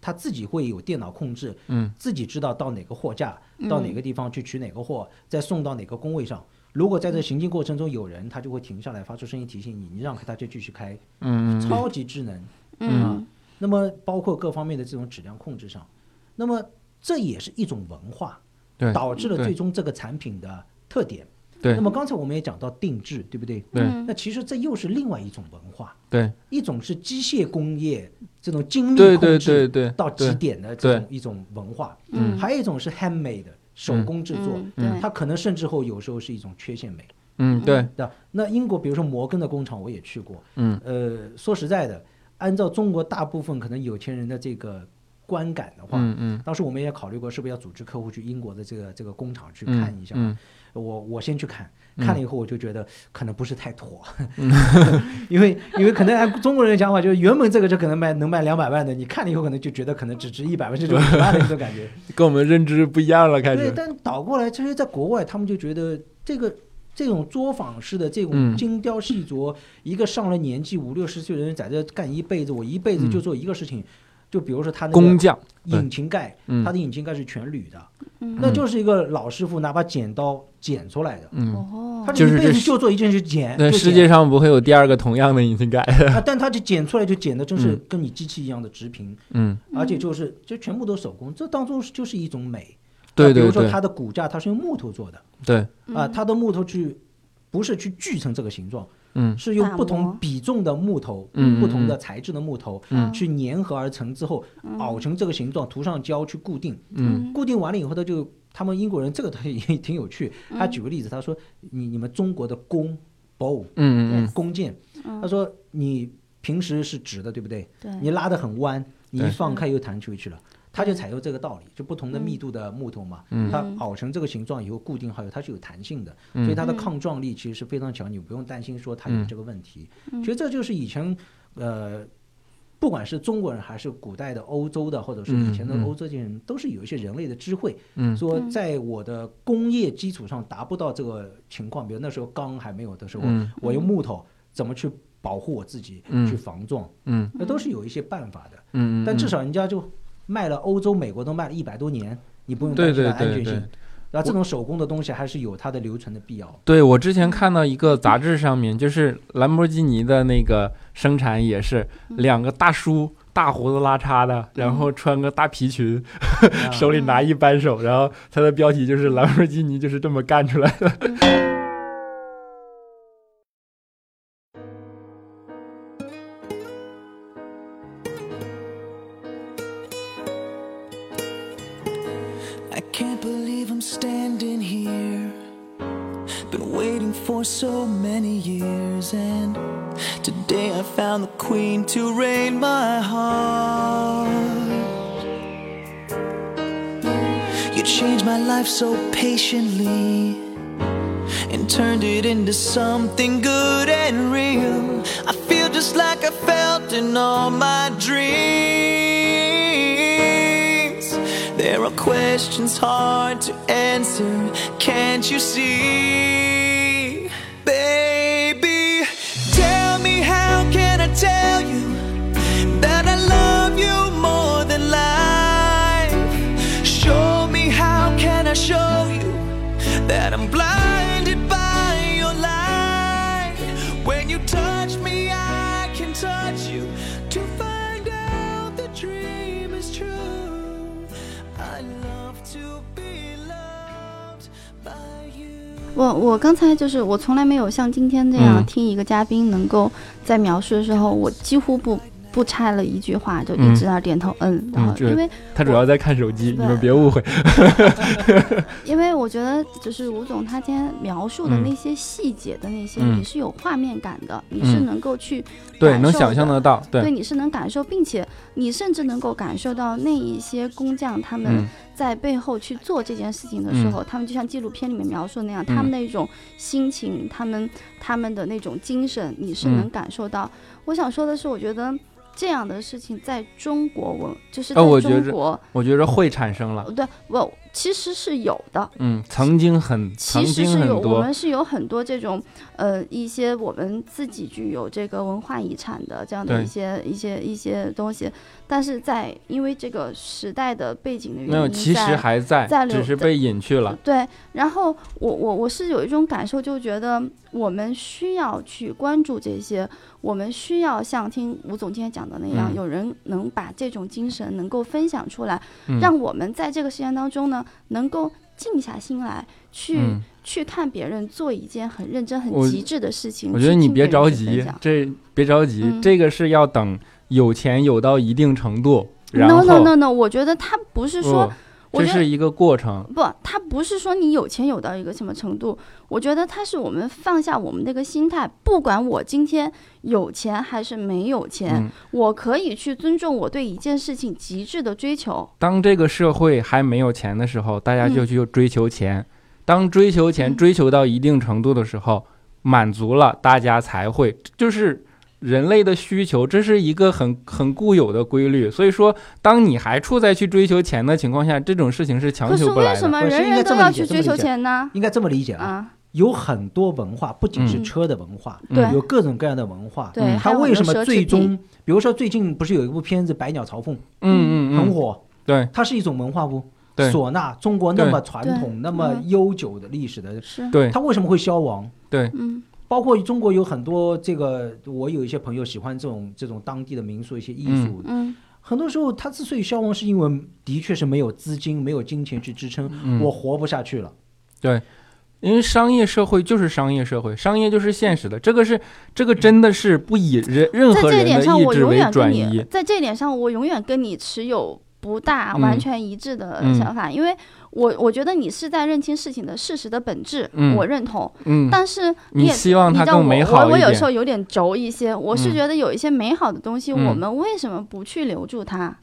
它自己会有电脑控制，
嗯，
自己知道到哪个货架，到哪个地方去取哪个货，再送到哪个工位上。如果
嗯
在这行进过程中有人，它就会停下来发出声音提醒你，你让开它就继续开，
嗯
超级智能。
嗯
那么包括各方面的这种质量控制上，那么这也是一种文化，
对
导致了
对
最终这个产品的特点。
对
那么刚才我们也讲到定制，对嗯不对？
对
嗯
那其实这又是另外一种文化，
对
一种是机械工业这种精密
对
控
对
制
对对
到极
对
点的这种
对
一种文化，
嗯
还有一种是 handmade 的手工制作，
嗯嗯对
它可能甚至后有时候是一种缺陷美。
嗯对
对吧？那英国比如说摩根的工厂我也去过，
嗯，
呃，说实在的，按照中国大部分可能有钱人的这个观感的话，
嗯嗯
当时我们也考虑过是不是要组织客户去英国的这个这个工厂去
嗯
看一下。
嗯
我我先去看，看了以后我就觉得可能不是太妥，
嗯
因为因为可能按中国人的讲法就是原本这个车可能卖能卖两百万的，你看了以后可能就觉得可能只值一百万甚至五十万的这种 感觉。
跟我们认知不一样了，开
对，
始
但倒过来，其实在国外，他们就觉得这个这种作坊式的这种
嗯
精雕细琢，一个上了年纪五六十岁的人在这干一辈子，我一辈子就做一个事情，就比如说他
嗯
那
工
个
匠，对
引擎盖，
嗯
他的引擎盖是全铝的，
嗯
那就是一个老师傅拿把剪刀剪出来的，
嗯，
哦
他
就
一
是
辈
这
子就做一件事剪，
那
就
世
剪
界上不会有第二个同样的引擎盖，
啊，但他就剪出来就剪的真是
嗯
跟你机器一样的直平，
嗯，
而且就是就全部都手工，这当中是就是一种美。
对
啊比
对
如说
对
它的骨架，它是用木头做的，
对，
嗯
啊，它的木头去不是去锯成这个形状，
嗯
是用
打
不同
磨
比重的木头、
嗯
不
嗯
同的材质的木头、
嗯
去粘合而成之后，熬成这个形状，涂上胶去固定。
嗯
固定完了以后，它就他们英国人这个东西也 挺有趣。
嗯
他举个例子，他说：“你你们中国的弓 bow
嗯嗯
呃弓箭，他说你平时是直的，对不对？
对
你拉得很弯，你一
对
放开又弹出去了。”它就采用这个道理，就不
嗯
同的密度的木头嘛，它熬成这个形状以后固定好以后，它是有弹性的，
嗯
所以它的抗撞力其实是非常强，你不用担心说它有这个问题。
嗯
其实这就是以前呃，不管是中国人还是古代的欧洲的，或者是以前的
嗯嗯
欧洲这些人，都是有一些人类的智慧，
嗯
说在我的工业基础上达不到这个情况，比如那时候钢还没有的时候，
嗯
我用木头怎么去保护我自己，
嗯
去防撞，
嗯
那都是有一些办法的。
嗯，
但至少人家就卖了欧洲、美国都卖了一百多年，你不用
对
担心它
对
的安全
对对
性。然后这种手工的东西还是有它的留存的必要。
对，我之前看到一个杂志上面，就是兰博基尼的那个生产也是
嗯
两个大叔，大胡子拉碴的，然后穿个大皮裙，
嗯
啊
手里拿一扳手，然后它的标题就是兰博基尼就是这么干出来的。
嗯
I can't believe I'm standing here. Been waiting for so many years, and today I found the queen to reign my heart. You changed my life so patiently and turned it into something good and real. I feel just like I felt in all my dreams. There are questions hard to answer, can't you see? Baby, tell me how can I tell you? that I love you more than life. Show me how can I show you that I'm blinded by your light. When you touch me, I can touch you to find out the dream is true. I love to be loved by you.
我我刚才就是我从来没有像今天这样
嗯
听一个嘉宾能够在描述的时候，我几乎不不插了一句话，就一直在那儿点头嗯，然后
这
因为
他主要在看手机，你们别误会。
因为我觉得就是吴总他今天描述的
嗯
那些细节的那些，
嗯
你是有画面感的，你是
嗯
能够去
对，
感
能
受
想象
的
得到。对，
你是能感受，并且你甚至能够感受到那一些工匠他们
嗯
在背后去做这件事情的时候，他们就像纪录片里面描述
嗯
那样，他们那种心情，他们他们的那种精神，你是能
嗯
感受到。我想说的是，我觉得这样的事情在中国文，就是
呃
在
我觉
中
着啊
国，
我觉得会产生了，
对我其实是有的，
嗯，曾经很，曾
其实
经
是有，
很
我
多，
们是有很多这种呃一些我们自己具有这个文化遗产的这样的
对
一些一些一些东西，但是在因为这个时代的背景的原因，
没有，其实
在
还在
在，
只
流
是
在
被隐去了。
对，然后我我我是有一种感受，就觉得我们需要去关注这些，我们需要像听吴总今天讲的那样，
嗯
有人能把这种精神能够分享出来，
嗯
让我们在这个事件当中呢，能够静下心来去、
嗯
去看别人做一件很认真、很
我
极致的事情。
我觉
去
得你
听
别
别人
着
去分
急
享，
这别着急，
嗯
这个是要等有钱有到一定程度，然后
No no no no，我觉得他不嗯是说，
不
我
这
觉得
是一个过程，
不，他不是说你有钱有到一个什么程度，我觉得他是我们放下我们那个心态，不管我今天有钱还是没有钱，
嗯
我可以去尊重我对一件事情极致的追求。
当这个社会还没有钱的时候，大家就去追求钱；当追求钱
嗯
追求到一定程度的时候，满足了，大家才会就是。人类的需求，这是一个很很固有的规律。所以说，当你还处在去追求钱的情况下，这种事情是强
可是
求不
为
来
什
的。
么
不是
人
应该
人
这
都
么
要
理解
去
这么
追求
理解
钱呢？
应该这么理解啊，
啊，
有很多文化，不仅是
嗯
车的文化，
对
有各种各样的文化。
对
嗯
还
它
有
为
很
什
多
么
奢侈
最
品
终，比如说最近不是有一部片子《百鸟朝凤》
嗯嗯
很
嗯，
火，
对
它是一种文化不？
对
唢呐，中国那么
对
传
对
统、那么
嗯
悠久的历史的，
是，
对
它为什么会消亡？
对，
嗯
包括中国有很多这个，我有一些朋友喜欢这种这种当地的民俗一些艺术，
嗯，
很多时候它之所以消亡，是因为的确是没有资金、没有金钱去支撑，
嗯
我活不下去了。
因为商业社会就是商业社会，商业就是现实的，这个是这个真的是不以人任
在
何
这一
人
点
的
上，
意
我
志
永
为
远跟
转
你
移，，
在这一点上，我永远跟你持有不大
嗯
完全一致的
嗯
想法，因为我我觉得你是在认清事情的事实的本质，
嗯
我认同。
嗯，
但是
你
也
希望
你
它
知道
更
我
美好
我我
一
有时
点，
候有点轴一些，我是
嗯
觉得有一些美好的东西，我
嗯
们为什么不去留住它？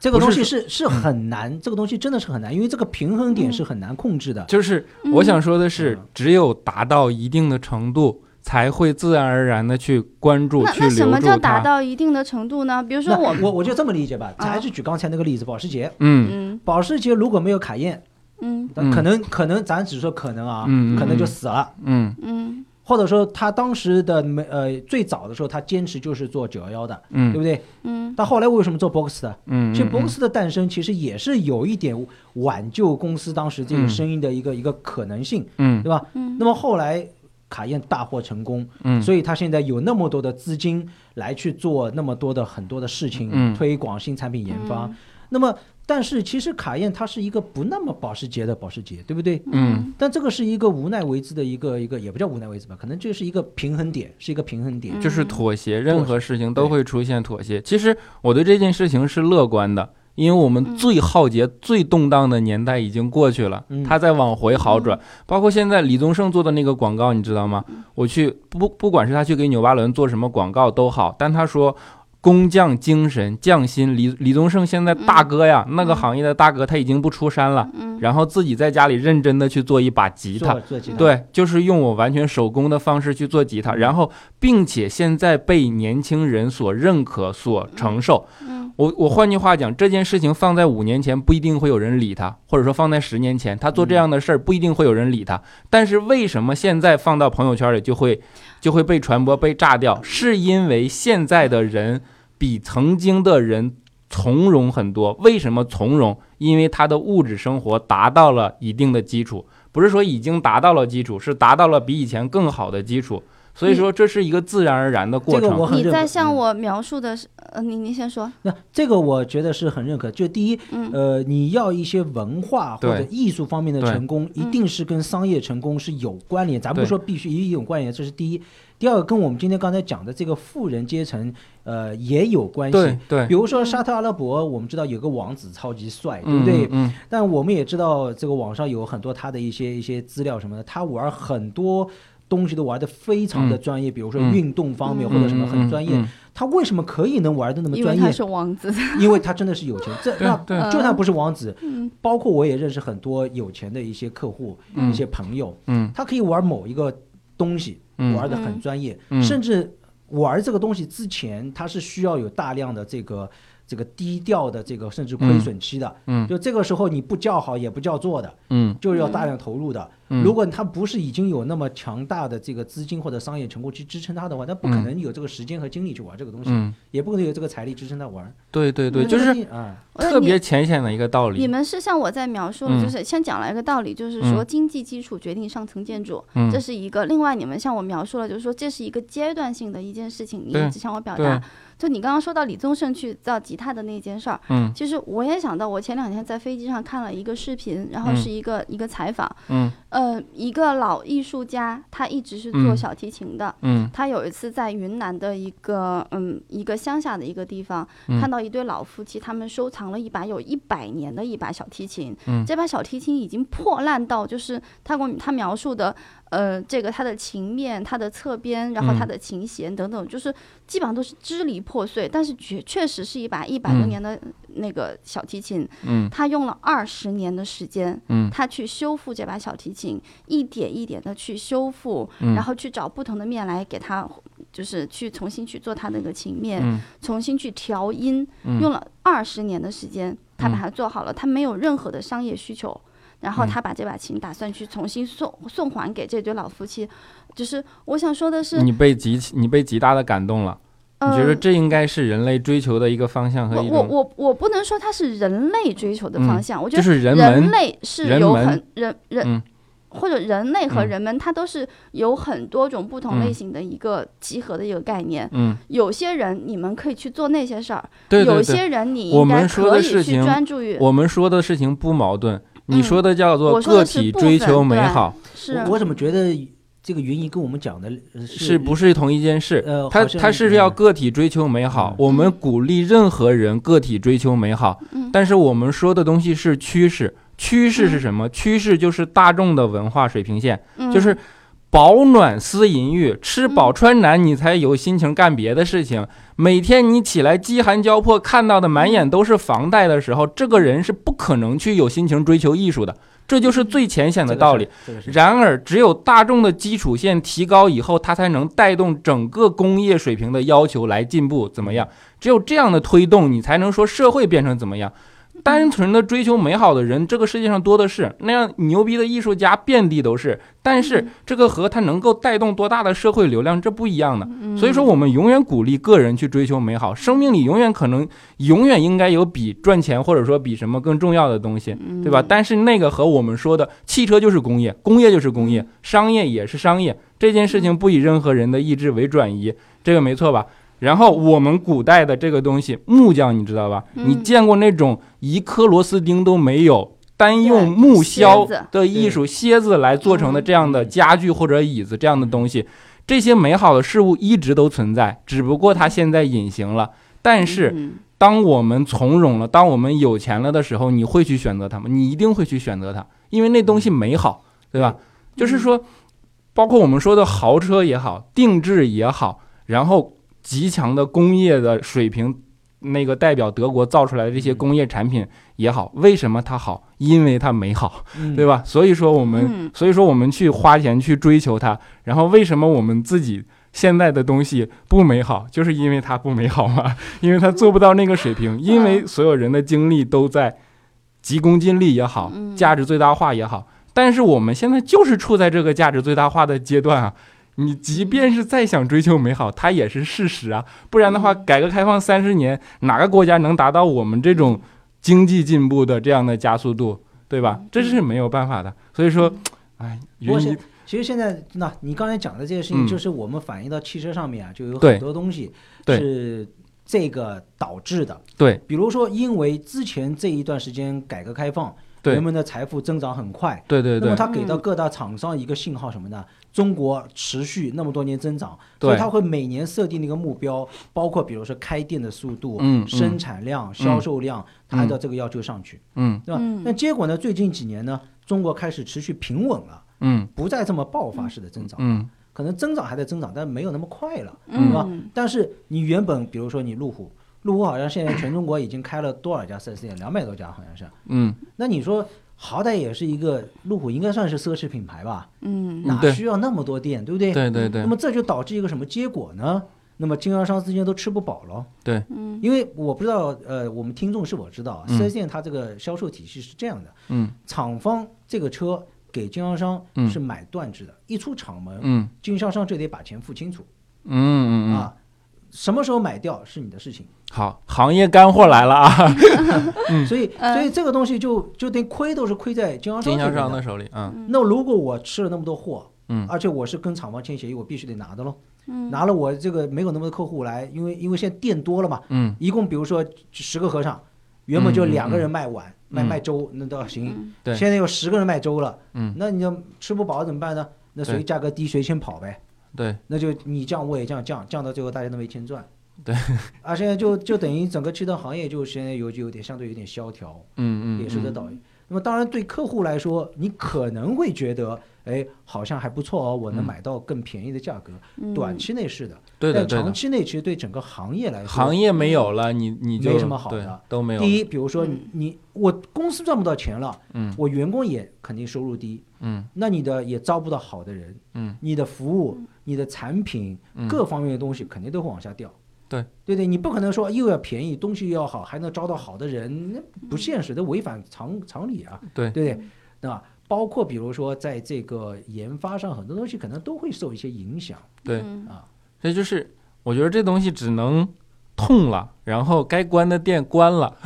这个
不
东
是
西是是很难，这个东西真的是很难，因为这个平衡点是很难控制的。
就是我想说的是
嗯，
只有达到一定的程度，才会自然而然的去关注、
那
去
那什
留
么
住
叫达
它。
到一定的程度呢？比如说
那
我，
我我就这么理解吧，
啊
还是举刚才那个例子，保时捷，
嗯
嗯
保时捷如果没有卡宴，
嗯
嗯
可能可能咱只说可能啊，
嗯嗯
可能就
嗯
死了。
嗯
嗯
或者说他当时的没呃最早的时候，他坚持就是做九幺幺的，对
嗯
不对？
嗯，
但后来为什么做 Box 的？
嗯，
其实
嗯
Box 的诞生其实也是有一点挽救公司当时这个
嗯
生意的一个、一个可能性，
嗯
对吧？
嗯
那么后来卡宴大获成功，
嗯，
所以他现在有那么多的资金来去做那么多的很多的事情，
嗯
推广新产品研发。
嗯
那么，但是其实卡宴它是一个不那么保时捷的保时捷，对不对？
嗯
但这个是一个无奈为之的一个一个，也不叫无奈为之吧，可能就是一个平衡点，是一个平衡点。
就是妥协，任
嗯妥
何事情
对
都会出现妥协。其实我对这件事情是乐观的，因为我们
嗯
最浩劫、最动荡的年代已经过去了
嗯，
它在往回好
嗯
转。包括现在李宗盛做的那个广告，你知道吗？我去不不管是他去给纽巴伦做什么广告都好，但他说。工匠精神、匠心，李李宗盛现在大哥呀，那个
嗯
行业的大哥，他已经不出山了，
嗯
然后自己在家里认真的去做一把吉他
做，做吉他，
对，就是用我完全手工的方式去做吉他，然后并且现在被年轻人所认可、所承受。
嗯
我我换句话讲，这件事情放在五年前不一定会有人理他，或者说放在十年前，他做
嗯
这样的事儿不一定会有人理他。但是为什么现在放到朋友圈里就会就会被传播、被炸掉？是因为现在的人比曾经的人从容很多。为什么从容？因为他的物质生活达到了一定的基础，不是说已经达到了基础，是达到了比以前更好的基础。所以说，这是一个自然而然的过
嗯这个我
程。
很
你
认
在
可。
嗯
向我描述的是，呃，你你先说，
那这个我觉得是很认可。就第一，
嗯
呃，你要一些文化或者
对
艺术方面的
对
成
嗯
功，一定是跟商业成功是有关联。咱不
对
说必须一定有关联，这是第一。第二个，跟我们今天刚才讲的这个富人阶层，呃，也有关系
对。对
比，如说沙特阿拉伯，我们知道有个王子超级帅，对不对？
嗯嗯
但我们也知道，这个网上有很多他的一些一些资料什么的，他玩很多东西都玩的非常的
嗯
专业，比如说
嗯
运动方面
嗯
或者什么
嗯
很
嗯
专
嗯
业
嗯，
他为什么可以能玩的那么
因
专
为
业？
他是 王子，
因为他真的是有钱，这
对
那
对
就算不是王子，
嗯
包括我也认识很多有钱的一些客户、一些朋友，
嗯
他可以玩某一个东西，
嗯
玩的很专业，
嗯
甚至玩这个东西之前，他是需要有大量的这个这个低调的这个甚至亏损期的，
嗯
就这个时候你不叫好也不叫做的，
嗯
就是要大量投入的。如果他不是已经有那么强大的这个资金或者商业成果去支撑他的话，他不可能有这个时间和精力去玩这个东西，
嗯，
也不可能有这个财力支撑他玩。
对对对，
那
就
这
是
个地啊，
呃
特
你
别浅显的一个道
你
理。
们是像我在描述
嗯
的，就是先讲了一个道理，就是说经济基础决定上层建筑，
嗯
这是一个。另外，你们像我描述了，就是说这是一个阶段性的一件事情。你
对
一直向我表
对
达，就你刚刚说到李宗盛去造吉他的那件事儿，
嗯
其实我也想到，我前两天在飞机上看了一个视频，然后
嗯
是一个一个采访，
嗯
呃，一个老艺术家，他一直是
嗯
做小提琴的，
嗯
他有一次在云南的一个嗯一个乡下的一个地方，
嗯
看到一对老夫妻，他们收藏了一把有一百年的一把小提琴。
嗯
这把小提琴已经破烂到，就是他给我他描述的，呃，这个它的琴面、它的侧边，然后它
嗯
的琴弦等等，就是基本上都是支离破碎。但是确确实是一把一百多
嗯
年的那个小提琴，
嗯
他用了二十年的时间，
嗯
他去修复这把小提琴，一点一点的去修复，
嗯
然后去找不同的面来给它，就是去重新去做它那个琴面，
嗯
重新去调音，
嗯
用了二十年的时间，他把它做好了，他没有任何的商业需求。
嗯
然后他把这把琴打算去重新送送还给这对老夫妻，就是我想说的是，
你被极其你被极大的感动了，你
嗯。
觉得这应该是人类追求的一个方向和
我
一
我
种，
我我不能说它是人类追求的方向，我觉
嗯就
得
是人们
人类是
人
有
们
很人人、
嗯
或者人类和
嗯
人们，它都是有很多种不同
嗯
类型的一个集合的一个概念。
嗯，
有些人你们可以去做那些事儿，
对对对，
有些人你
我
应该
们说
可
的
以
事
去
情
专注于
我们说的事情不矛盾，你
嗯
说的叫做
我说
个
的是
体
部
追
分
求美
对
好，
是
我我怎么觉得这个云姨跟我们讲的呃
是
是
不是同一件事？
呃
他
好像
他是要
嗯
个体追求美好
嗯，
我们鼓励任何人个体追求美好，
嗯
但是我们说的东西是趋势，趋势是什么？趋势就是大众的文化水平线，就是保暖思淫欲，吃饱
嗯
穿暖，你才有心情干别的事情。每天你起来饥寒交迫，看到的满
嗯
眼都是房贷的时候，这个人是不可能去有心情追求艺术的，这就是最浅显的道理。，
这个是这个是
然而，只有大众的基础线提高以后，它才能带动整个工业水平的要求来进步，怎么样？只有这样的推动，你才能说社会变成怎么样。单纯的追求美好的人，这个世界上多的是，那样牛逼的艺术家遍地都是。但是这个和他能够带动多大的社会流量，这不一样的。所以说，我们永远鼓励个人去追求美好，生命里永远可能永远应该有比赚钱或者说比什么更重要的东西。
嗯
对吧？但是那个和我们说的汽车就是工业，工业就是工业，
嗯
商业也是商业，这件事情不以任何人的意志为转
嗯
移，这个没错吧？然后我们古代的这个东西木匠，你知道吧？
嗯
你见过那种一颗螺丝钉都没有，单用
对
木
蝎
削
子嗯
的艺术楔子来做成的这样的家具或者椅子这样的东西，这些美好的事物一直都存在，只不过它现在隐形了。但是，
嗯
当我们从容了，当我们有钱了的时候，你会去选择它吗？你一定会去选择它，因为那东西美好，对吧？就是说，包括我们说的豪车也好，定制也好，然后极强的工业的水平，那个代表德国造出来的这些工业产品也好，为什么它好？因为它美好，
嗯
对吧？所以说我们，
嗯
所以说我们去花钱去追求它，然后为什么我们自己现在的东西不美好，就是因为它不美好嘛， 因为它做不到那个水
嗯
平，因为所有人的精力都在急功近利也好，
嗯
价值最大化也好，但是我们现在就是处在这个价值最大化的阶段啊。你即便是再想追求美好，它也是事实啊，不然的
嗯
话，改革开放三十年，哪个国家能达到我们这种经济进步的这样的加速度，对吧？
嗯
这是没有办法的。所以说，哎，
不过
云
现
姨，
其实现在，那你刚才讲的这些事
嗯
情，就是我们反映到汽车上面啊，就有
对
很多东西
对
是这个导致的。
对，
比如说，因为之前这一段时间改革开放，
对
人们的财富增长很快，
对对
那么
对，
它给到各大厂商一个信号什么呢？中国持续那么多年增长，
对
所以它会每年设定的一个目标，包括比如说开店的速度、
嗯嗯
生产量、销售量，它按照这个要求上去，
嗯
对吧？
嗯
那结果呢？最近几年呢，中国开始持续平稳了。
嗯
不再这么爆发式的增长。
嗯
可能增长还在增长，但没有那么快了，
嗯
对吧？但是你原本比如说你路虎，路虎好像现在全中国已经开了多少家四 S 店？两百多家好像是。
嗯
那你说好歹也是一个路虎，应该算是奢侈品牌吧？
嗯
嗯
哪
对
需要那么多店，对不对？
对对对
那么这就导致一个什么结果呢？那么经销商之间都吃不饱了。
对，
嗯
因为我不知道，呃，我们听众是否知道啊
嗯
，4S 店它这个销售体系是这样的，
嗯
厂方这个车给经销商
嗯
是买断制的，一出厂门，
嗯
经销商就得把钱付清楚
嗯嗯嗯，
啊。什么时候买掉是你的事情，
好，行业干货来了啊，
嗯所以所以这个东西就嗯就得亏都是亏在经销 商
经
这
销
边
商的
的。
手里，嗯
那如果我吃了那么多货，
嗯
而且我是跟厂方签协议，我必须得拿的喽，
嗯
拿了我这个没有那么多客户来，因为因为现在店多了嘛，
嗯
一共比如说十个和尚，原本就
嗯嗯
两个人卖碗、卖
嗯
卖粥，那倒行。
对
现在有十个人卖粥了，
嗯
那你要吃不饱怎么办呢？那谁
对
价格低谁先跑呗。
对，嗯
那就你降我也降，降降到最后大家都没钱赚。
对，
啊，现在就就等于整个汽车行业就现在有就有点相对有点萧条，
嗯嗯
也是这导。那么当然对客户来说，你可能会觉得，哎，好像还不错哦，我能
嗯
买到更便宜的价格。
嗯
短期内是的，
对的
但
对的
长，期内其实对整个行业来说，
行业没有了，你你就
没什么好
对
的
都没有了，
第一，比如说你
嗯
你我公司赚不到钱了，
嗯
我员工也肯定收入低，
嗯，
那你的也招不到好的人，
嗯，
你的服务、你的产品、各方面的东西肯定都会往下掉。
对
对对，你不可能说哎又要便宜，东西又要好，还能招到好的人，那不现实，这违反常常理啊，
对
对不对？那包括比如说在这个研发上，很多东西可能都会受一些影响。
对
嗯
啊，
这就是我觉得这东西只能痛了，然后该关的店关了，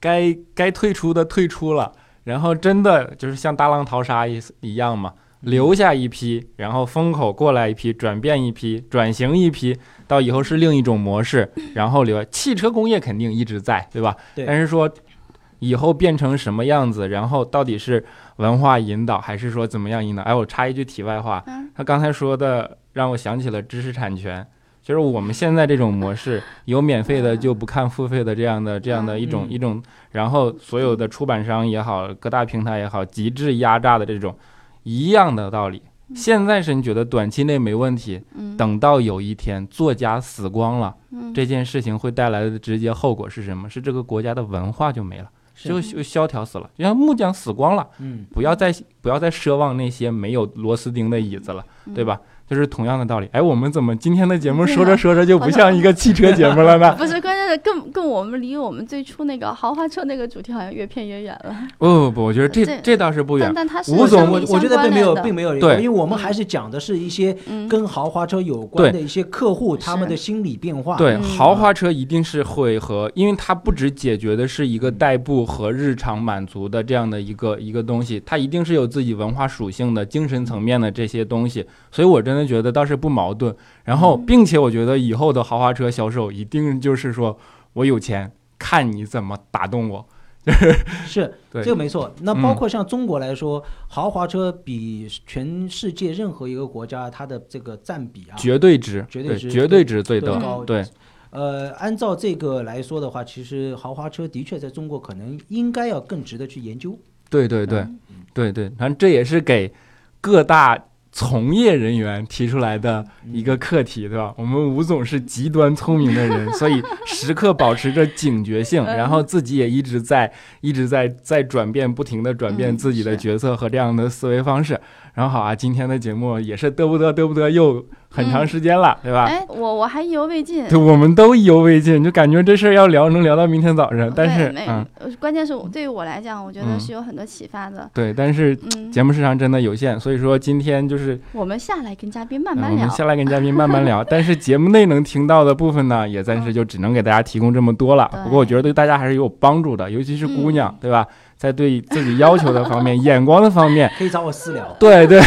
该该退出的退出了，然后真的就是像大浪淘沙一一样嘛，留下一批，然后风口过来一批，转变一批，转型一批，到以后是另一种模式，然后留汽车工业肯定一直在，对吧？
对
但是说。以后变成什么样子，然后到底是文化引导，还是说怎么样引导？哎，我插一句题外话，
嗯
他刚才说的让我想起了知识产权，就是我们现在这种模式，有免费的就不看付费的这样的这样的一种
嗯
一种，然后所有的
嗯
出版商也好，各大平台也好，极致压榨的这种，一样的道理。现在是你觉得短期内没问题，
嗯
等到有一天作家死光了，
嗯
这件事情会带来的直接后果是什么？是这个国家的文化就没了，
是
就就萧条死了，就像木匠死光了。
嗯，
不要再不要再奢望那些没有螺丝钉的椅子了，
嗯
对吧？就是同样的道理。哎，我们怎么今天的节目说着说着就不像一个汽车节目了 呢？
不是，关键是更更我们离我们最初那个豪华车那个主题好像越偏越远了。
不不不，我觉得这
这
这倒是不远
但。但它是
吴
有
总
相
我
关
我觉得并没有
联的
并没有
对
因为我们还是讲的是一些
嗯
跟豪华车有关的
对
一些客户他们
是
的心理变化。
对，
嗯
豪华车一定是会和，因为它不只解决的是一个代步和日常满足的这样的一个一个东西，它一定是有自己文化属性的、精神层面的这些东西，所以我真的觉得倒是不矛盾。然后，并且我觉得以后的豪华车销售一定就是说我有钱，看你怎么打动我。
是
对嗯
这个没错。那包括像中国来说，豪华车比全世界任何一个国家它的这个占比啊，
绝对值，
绝对
对
值
绝对值最
都
多。
高。
对，
呃，按照这个来说的话，其实豪华车的确在中国可能应该要更值得去研究。
对对对
嗯
对对，反正这也是给各大从业人员提出来的
嗯
一个课题，对吧？我们吴总是极端聪明的人，所以时刻保持着警觉性，
嗯
然后自己也一直在一直在在转变，不停的转变
嗯
自己的
是
角色和这样的思维方式。然后好啊，今天的节目也是嘚不嘚嘚不嘚又很长
嗯
时间了，对吧？
哎，我我还意犹未尽。
对，我们都意犹未尽，就感觉这事儿要聊能聊到明天早上，但是
对没
嗯，
呃关键是我对于我来讲，我觉得
嗯
是有很多启发的。
对，但是
嗯，
节目时长真的有限，所以说今天就是、
我们下来跟嘉宾慢
呃
慢
我
聊
们。下来跟嘉宾慢慢 聊，但是节目内能听到的部分呢，也暂时就只能给大家提供这么多了。
嗯对嗯
不过我觉得对大家还是有帮助的，尤其是姑娘，对吧？在对自己要求的方 面、眼光的方面，
可以找我私聊。
对对，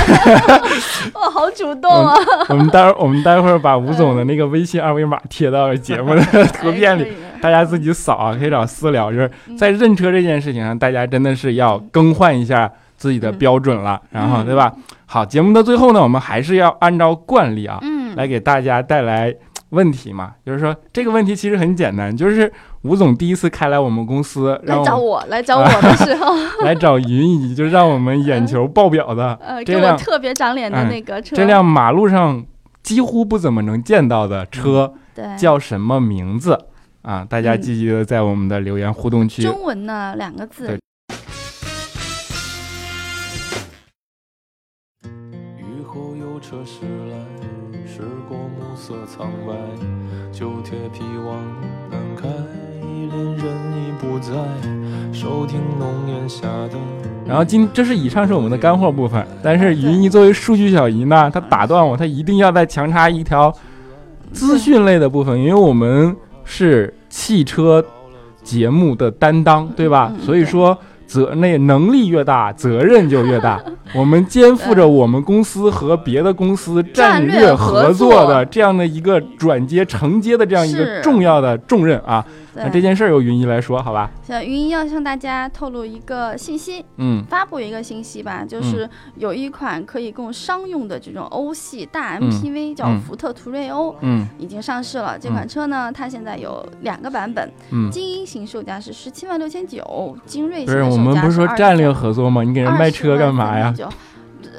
哦，好主动啊！
我们待会儿我们待会儿把吴总的那个微信二维码贴到节目 的图片里
哎。可以的
大家自己扫啊，可以找私聊。就是
嗯
在认车这件事情上，大家真的是要更换一下自己
嗯
的标准了，然后对吧？好，节目的最后呢，我们还是要按照惯例啊，
嗯，
来给大家带来问题嘛。就是说这个问题其实很简单，就是吴总第一次开来我们公司，让
来
我
找我来找我的时候，
来找云姨，就让我们眼球爆表的，
呃，
这
给我
辆
特别长脸的
哎
那个 车，
这辆马路上几乎不怎么能见到的车
对
叫什么名字啊？大家
哎嗯
积极的在我们的留言互动区，
中文呢两个字
对，
雨后有车驶来，驶过暮色苍白，旧铁皮往南开，恋人已不在，收听浓烟下的。
然后今这是以上是我们的干货部分，但
啊
是云姨作为数据小姨呢，她打断我，她一定要再强插一条资讯类的部分，因为我们是汽车节目的担当，对吧
嗯？
所以说责那能力越大，责任就越 大。我们肩负着我们公司和别的公司战略合作
战略合作
的这样的一个转接承接的这样一个
是
重要的重任啊。那这
对，
件事儿由云姨来说，好吧？
小云要向大家透露一个信息，
嗯
发布一个信息吧，就是有一款可以供商用的这种欧系大 MPV，叫
嗯
福特途锐欧，
嗯
已经上市了。这款车呢，它现在有两个版本，
嗯。
精英型售价是十七万六千九，精锐型
不
的
是，
售
我
价
们不是说
23
战略合作吗？你给人卖车干嘛呀？
20万399？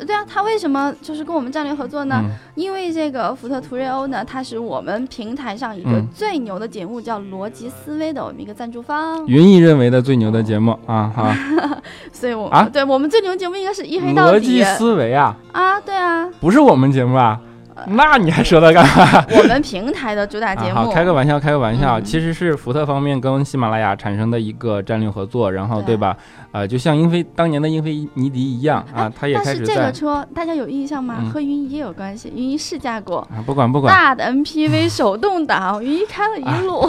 对啊，他为什么就是跟我们战略合作呢？
嗯
因为这个福特途锐欧呢，它是我们平台上一个
嗯
最牛的节目，叫《逻辑思维》的我们一个赞助方，
云艺认为的最牛的节目啊哈，
所以我们、
啊
对我们最牛节目应该是一黑哦到
逻辑
底
思维啊，
啊，对啊，
不是我们节目啊，那你还说它干嘛？
我们平台的主打呃节
啊，
目。
好，开个玩笑，开个玩笑，
嗯
其实是福特方面跟喜马拉雅产生的一个战略合作，然后
对啊
对吧？呃，就像英菲当年的英菲尼迪一样
哎
啊，它也开
但是
始
这
在
个车大家有印象吗？
嗯
和云姨也有关系，云姨试驾过。
啊，不管不管
大的 MPV 手动挡，云姨开了一路，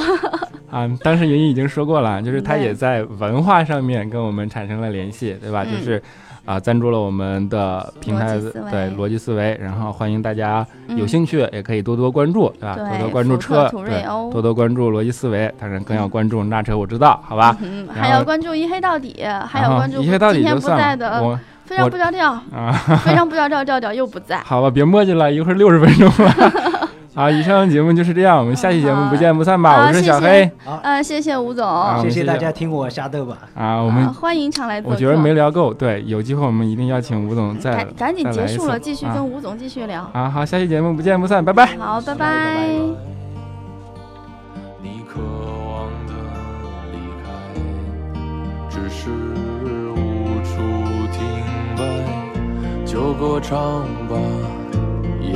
啊，当时云姨已经说过了，就是它
对
也在文化上面跟我们产生了联系，对吧？
嗯
就是啊，赞助了我们的平台
逻辑思维
对逻辑思维，然后欢迎大家
嗯
有兴趣也可以多多关注，对吧？
对
多多关注
福特哦
车，
途锐
对，
欧嗯
多多关注逻辑思维，当然更要关注那车我知道，好吧？
嗯，
啊然后
还要关注一黑到底，还
然
要
后
关注
一切到
今
底
天
就
不
算
在
了，
的，
我
非常不着调，
啊，
非常不着调，调调又不在。
好吧，别墨迹了，一会儿六十分钟了。 啊，以上节目就是这样，我们下期节目不见不散吧。
好
我是
谢
小
谢
黑
呃，谢谢吴总，
好
谢谢
谢谢
大家听我瞎嘚吧。
啊，我们
啊欢迎常来做客。
我觉得没聊够，对，有机会我们一定要请吴总再
嗯赶赶紧
再来
结
一
束
次
了，继续
啊
跟吴总继续聊。
啊，好，下期节目不见不散，拜拜。
好，拜
拜
拜。
你渴望的离开，只是无处停摆。就歌唱吧，眼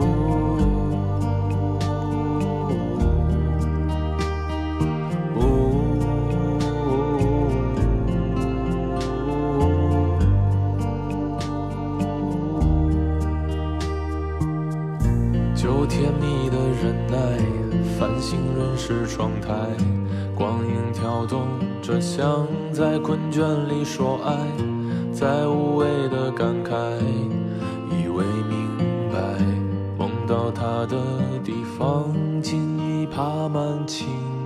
哦哦就甜蜜的忍耐，繁星润湿窗台，光影跳动着，像在困倦里说爱，在无谓的感慨，以为明白，梦到他的地方，金已爬满青